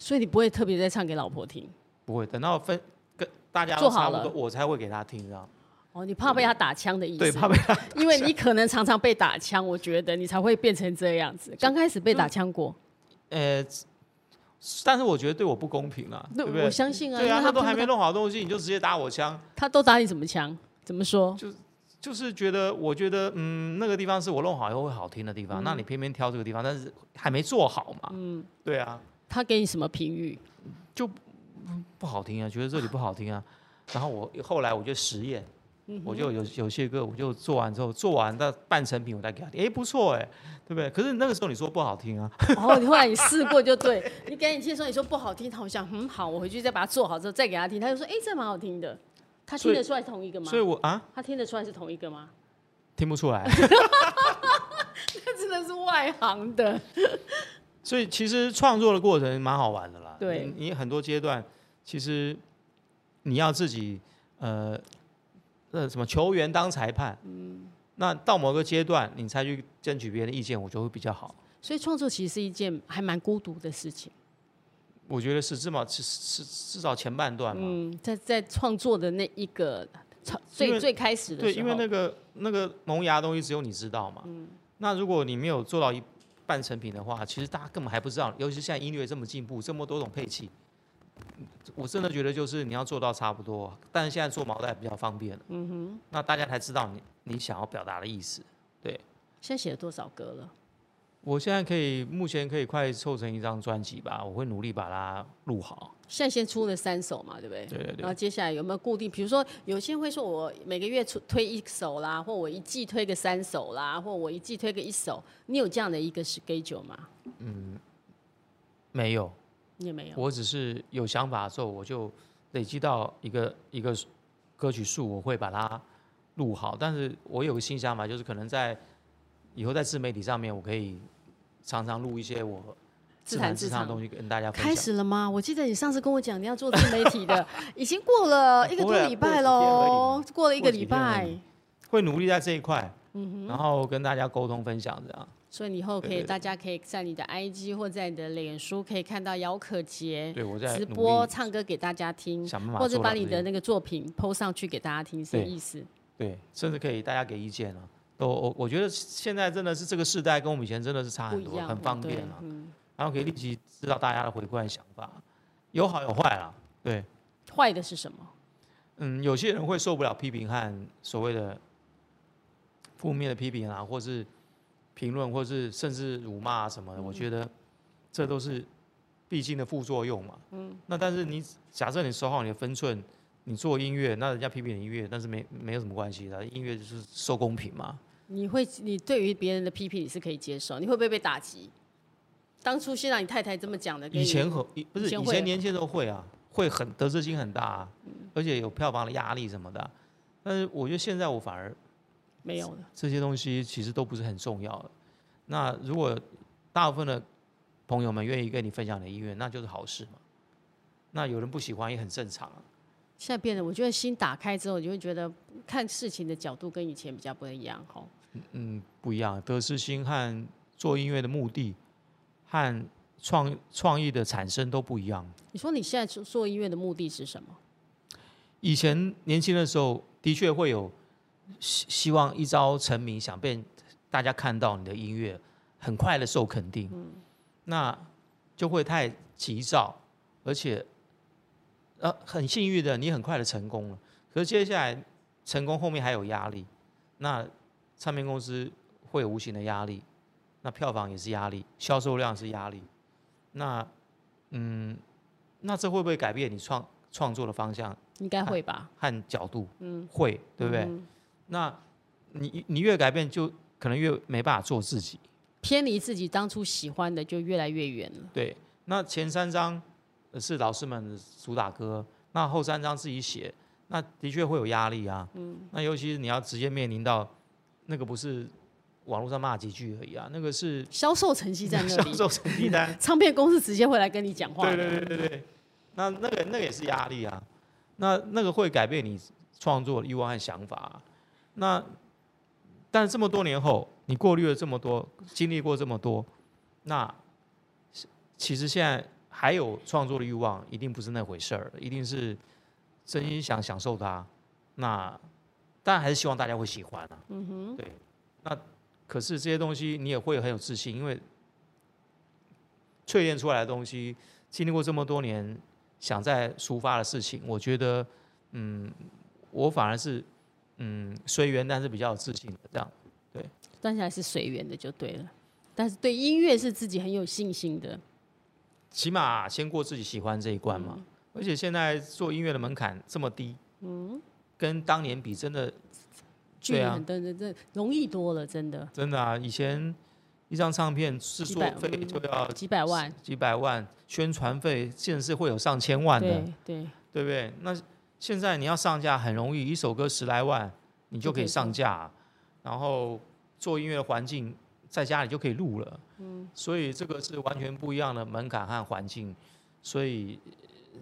A: 所以你不会特别再唱给老婆听
B: 不会等到分跟大家
A: 做
B: 都
A: 好
B: 差不
A: 了
B: 多，我才会给他听，这样
A: 哦，你怕被他打枪的意思？
B: 对，怕被他
A: 因为你可能常常被打枪，我觉得你才会变成这样子。刚开始被打枪过，
B: 呃，但是我觉得对我不公平啊，对不对
A: 我？相信啊，
B: 对
A: 因
B: 啊，
A: 为
B: 他
A: 他
B: 都
A: 听
B: 还
A: 不
B: 没
A: 懂
B: 弄好东西，你就直接打我枪，
A: 他都打你什么枪？怎么说？
B: 就是觉得，我觉得，嗯，那个地方是我弄好以后会好听的地方，那你偏偏挑这个地方，但是还没做好嘛，嗯，对啊，
A: 他给你什么评语？
B: 不好听啊，觉得这里不好听啊，然后我后来我就实验，我就有有些歌我就做完之后，做完的半成品我再给他听，哎，不错哎、对不对？可是那个时候你说不好听啊，
A: 哦，你后来你试过就对，你给你介绍，你说不好听，他我想嗯好，我回去再把它做好之后再给他听，他就说哎、这蛮好听的，他听
B: 所以
A: 得出来同一个吗
B: 所？以我啊
A: 他听得出来是同一个吗？
B: 听不出来，啊
A: 他 *laughs* 真的是外行的，
B: 所以其实创作的过程蛮好玩的啦。
A: 对
B: 你你很多阶段，其实你要自己呃呃什么球员当裁判，嗯，那到某个阶段你才去争取别人的意见，我觉得会比较好。
A: 所以创作其实是一件还蛮孤独的事情。
B: 我觉得是至少是是至少前半段嘛，
A: 嗯，在在创作的那一个创
B: 因为
A: 最最开始的时
B: 对，
A: 候，嗯
B: 因为那个那个萌芽的东西只有你知道嘛。那如果你没有做到一半成品的话，其实大家根本还不知道，尤其是现在音乐这么进步，这么多种配器。我真的觉得就是你要做到差不多，但是现在做毛带比较方便嗯哼，那大家才知道你你想要表达的意思。
A: 现在写了多少歌了？
B: 我现在可以，目前可以快凑成一张专辑吧，我会努力把它录好。
A: 现在先出了三首嘛，对不对？
B: 对对对
A: 然后接下来有没有固定？比如说，有些人会说我每个月出推一首啦，或我一季推个三首啦，或我一季推个一首。你有这样的一个 schedule 吗？
B: 没有，
A: 你也没有。
B: 我只是有想法的时候，我就累积到一个一个歌曲数，我会把它录好。但是我有个新想法，就是可能在以后在自媒体上面，我可以常常录一些我
A: 自弹
B: 弹
A: 自
B: 自唱的
A: 唱
B: 东西跟大家分
A: 开
B: 享。
A: 始了吗？我记得你上次跟我讲你要做自媒体的，已经过
B: *laughs*
A: 了一个多礼拜
B: 啊过
A: 喽
B: 了，
A: 过了一个
B: 过几
A: 礼
B: 天而
A: 拜嗯
B: 已。会努力在这一块，然后跟大家沟通分享这样。
A: 所以以后可
B: 对
A: 以
B: 对对
A: 大家可以在你的 IG 或在你的脸书可以看到姚可杰
B: 对我在
A: 直
B: 努
A: 播
B: 力
A: 唱歌给大家听，
B: 想办法
A: 或者
B: 做
A: 把
B: 到
A: 你
B: 这
A: 的
B: 一
A: 那个作品 PO 上去给大家听，是
B: 对
A: 意思。
B: 对，甚至可以大家给意见啊。都我我觉得现在真的是这个时代跟我们以前真的是差
A: 不
B: 很
A: 一
B: 多，
A: 样，
B: 很方便
A: 对
B: 啊。
A: 嗯，
B: 然后可以立即知道大家的回馈和想法，有好有坏啦。对，
A: 坏的是什么？
B: 嗯，有些人会受不了批评和所谓的负面的批评啊，或是评论，或是甚至辱骂啊什么的。我觉得这都是必经的副作用嘛。嗯。那但是你假设你守好你的分寸，你做音乐，那人家批评你音乐，但是没没有什么关系的，音乐就是受公平嘛。
A: 你会，你对于别人的批评你是可以接受，你会不会被打击？当初先让你太太这么讲的，跟
B: 以
A: 你
B: 前很以不是
A: 以
B: 以
A: 前
B: 前
A: 会嗯
B: 年轻的时候会啊，会很得失心很大、啊，而且有票房的压力什么的啊。但是我觉得现在我反而
A: 没有了，
B: 这些东西其实都不是很重要的。那如果大部分的朋友们愿意跟你分享你的音乐，那就是好事嘛。那有人不喜欢也很正常啊。
A: 现在变得，我觉得心打开之后，你会觉得看事情的角度跟以前比较不一样哈。
B: 嗯，不一样，得失心和做音乐的目的和创创意的产生都不一样。
A: 你说你现在做做音乐的目的是什么？
B: 以前年轻的时候，的确会有希希望一朝成名，想被大家看到你的音乐，很快的受肯定，那就会太急躁，而且呃很幸运的，你很快的成功了。可是接下来成功后面还有压力，那唱片公司会有无形的压力，那票房也是压力，销售量是压力，那嗯，那这会不会改变你创创作的方向？
A: 应该
B: 哎
A: 会吧？
B: 和角度，嗯，会，对不对？
A: 嗯
B: 那你你越改变，就可能越没办法做自己。
A: 偏离自己当初喜欢的就越来越远了。
B: 对，那前三章呃是老师们的主打歌，那后三章自己写，那的确会有压力啊。嗯，那尤其是你要直接面临到那个不是网络上骂几句而已啊，那个是
A: 销售成绩在那
B: *laughs* 销
A: 里，
B: 售成绩单。
A: 唱片公司直接会来跟你讲话
B: 对
A: 的。
B: 对对对对，那那个那个也是压力啊，那那个会改变你创作的欲望和想法、啊。那但这么多年后，你过滤了这么多，经历过这么多，那是其实现在还有创作的欲望，一定不是那回事儿，一定是真心想享受它。那当然还是希望大家会喜欢啊。嗯哼，对。那可是这些东西你也会很有自信，因为淬炼出来的东西，经历过这么多年想再抒发的事情，我觉得，嗯，我反而是，嗯，随缘，但是比较有自信的这样。
A: 但是还是随缘的就对了。但是对音乐是自己很有信心的，
B: 起码先过自己喜欢这一关
A: 嗯
B: 嘛。而且现在做音乐的门槛这么低，嗯，跟当年比，真的
A: 距离
B: 对啊
A: 很真的真的容易多了，真的
B: 真的啊，以前一张唱片制
A: 几
B: 作
A: 百
B: 费就要
A: 几百万，
B: 几百万，宣传费甚至会有上千万的，
A: 对对，
B: 对不对？那现在你要上架很容易，一首歌十来万，你就可以上架，然后做音乐的环境在家里就可以录了。嗯，所以这个是完全不一样的门槛和环境，所以呃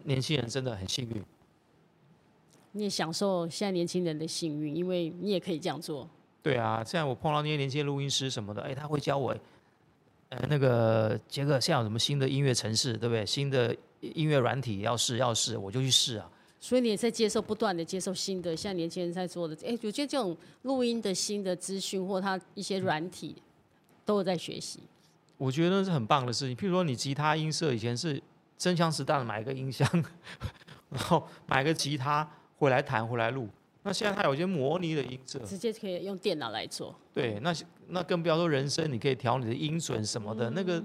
B: 年轻人真的很幸运。
A: 你也享受现在年轻人的幸运，因为你也可以这样做。
B: 对啊，现在我碰到那些年轻的录音师什么的，哎，他会教我，呃，那个杰克现在有什么新的音乐城市，对不对？新的音乐软体要试要试，我就去试啊。
A: 所以你也在接受，不断的接受新的，像年轻人在做的。哎，我觉得这种录音的新的资讯或他一些软体，都有在学习。
B: 我觉得那是很棒的事情。譬如说，你吉他音色以前是真枪实弹的买一个音箱，然后买个吉他回来弹回来录。那现在它有一些模拟的音色，
A: 直接可以用电脑来做，
B: 对，那那更不要说人声，你可以调你的音准什么的，那个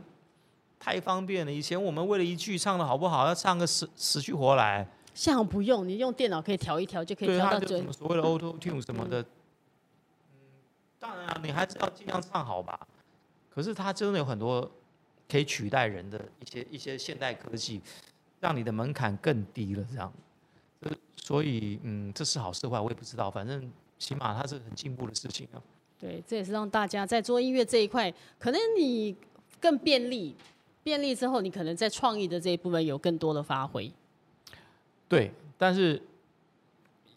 B: 太方便了。以前我们为了一句唱的好不好，要唱个死死去活来，
A: 现在好像不用，你用电脑可以调一调，就可以
B: 对，
A: 调
B: 它
A: 到
B: 就什
A: 准。
B: 么所谓的 auto tune 什么的，嗯，嗯当然啊，你还是要尽量唱好吧。可是它真的有很多可以取代人的一些一些现代科技，让你的门槛更低了，这样。呃所以，嗯，这是好是坏我也不知道，反正起码它是很进步的事情啊。
A: 对，这也是让大家在做音乐这一块，可能你更便利，便利之后，你可能在创意的这一部分有更多的发挥。
B: 对，但是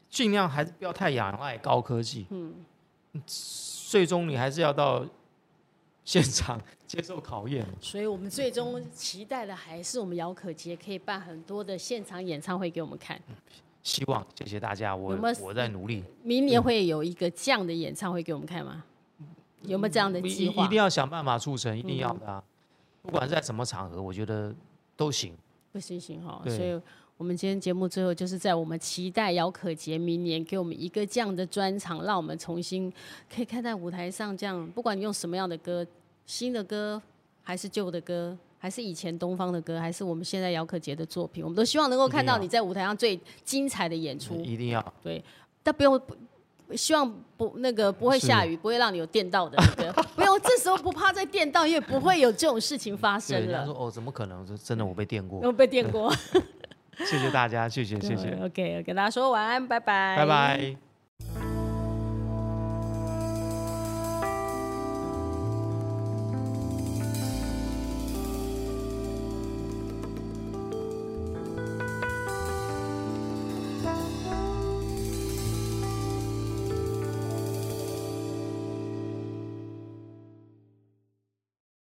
B: 尽量还是不要嗯太仰赖高科技。嗯，最终你还是要到现场 *laughs* 接受考验啊嘛。
A: 所以我们最终期待的还是我们姚可杰可以办很多的现场演唱会给我们看。
B: 希望谢谢大家，我
A: 有没有
B: 我在努力，
A: 明年会有一个这样的演唱会给我们看吗？有没有这样的
B: 一
A: 计
B: 一
A: 划嗯
B: 定？要想办法促成，一定要的啊！不管是在什么场合，我觉得都行。
A: 不行行哈，
B: 对
A: 所以我们今天节目最后就是在我们期待姚可杰明年给我们一个这样的专场，让我们重新可以看在舞台上这样，不管你用什么样的歌，新的歌还是旧的歌。还是以前东方的歌，还是我们现在姚可杰的作品，我们都希望能够看到你在舞台上最精彩的演出。
B: 一定要
A: 对，但不用，不希望不那个不会下雨，不会让你有电到的那个， *laughs* 不用，这时候不怕再电到，因为不会有这种事情发
B: 对
A: 生
B: 人家
A: 了嗯
B: 说。哦，怎么可能？这真的我被
A: *laughs*
B: 电过。
A: 有被电过，
B: *laughs*
A: 嗯
B: 谢谢大家，谢谢谢谢，
A: *laughs* OK，跟大家说晚安，拜拜，
B: 拜拜。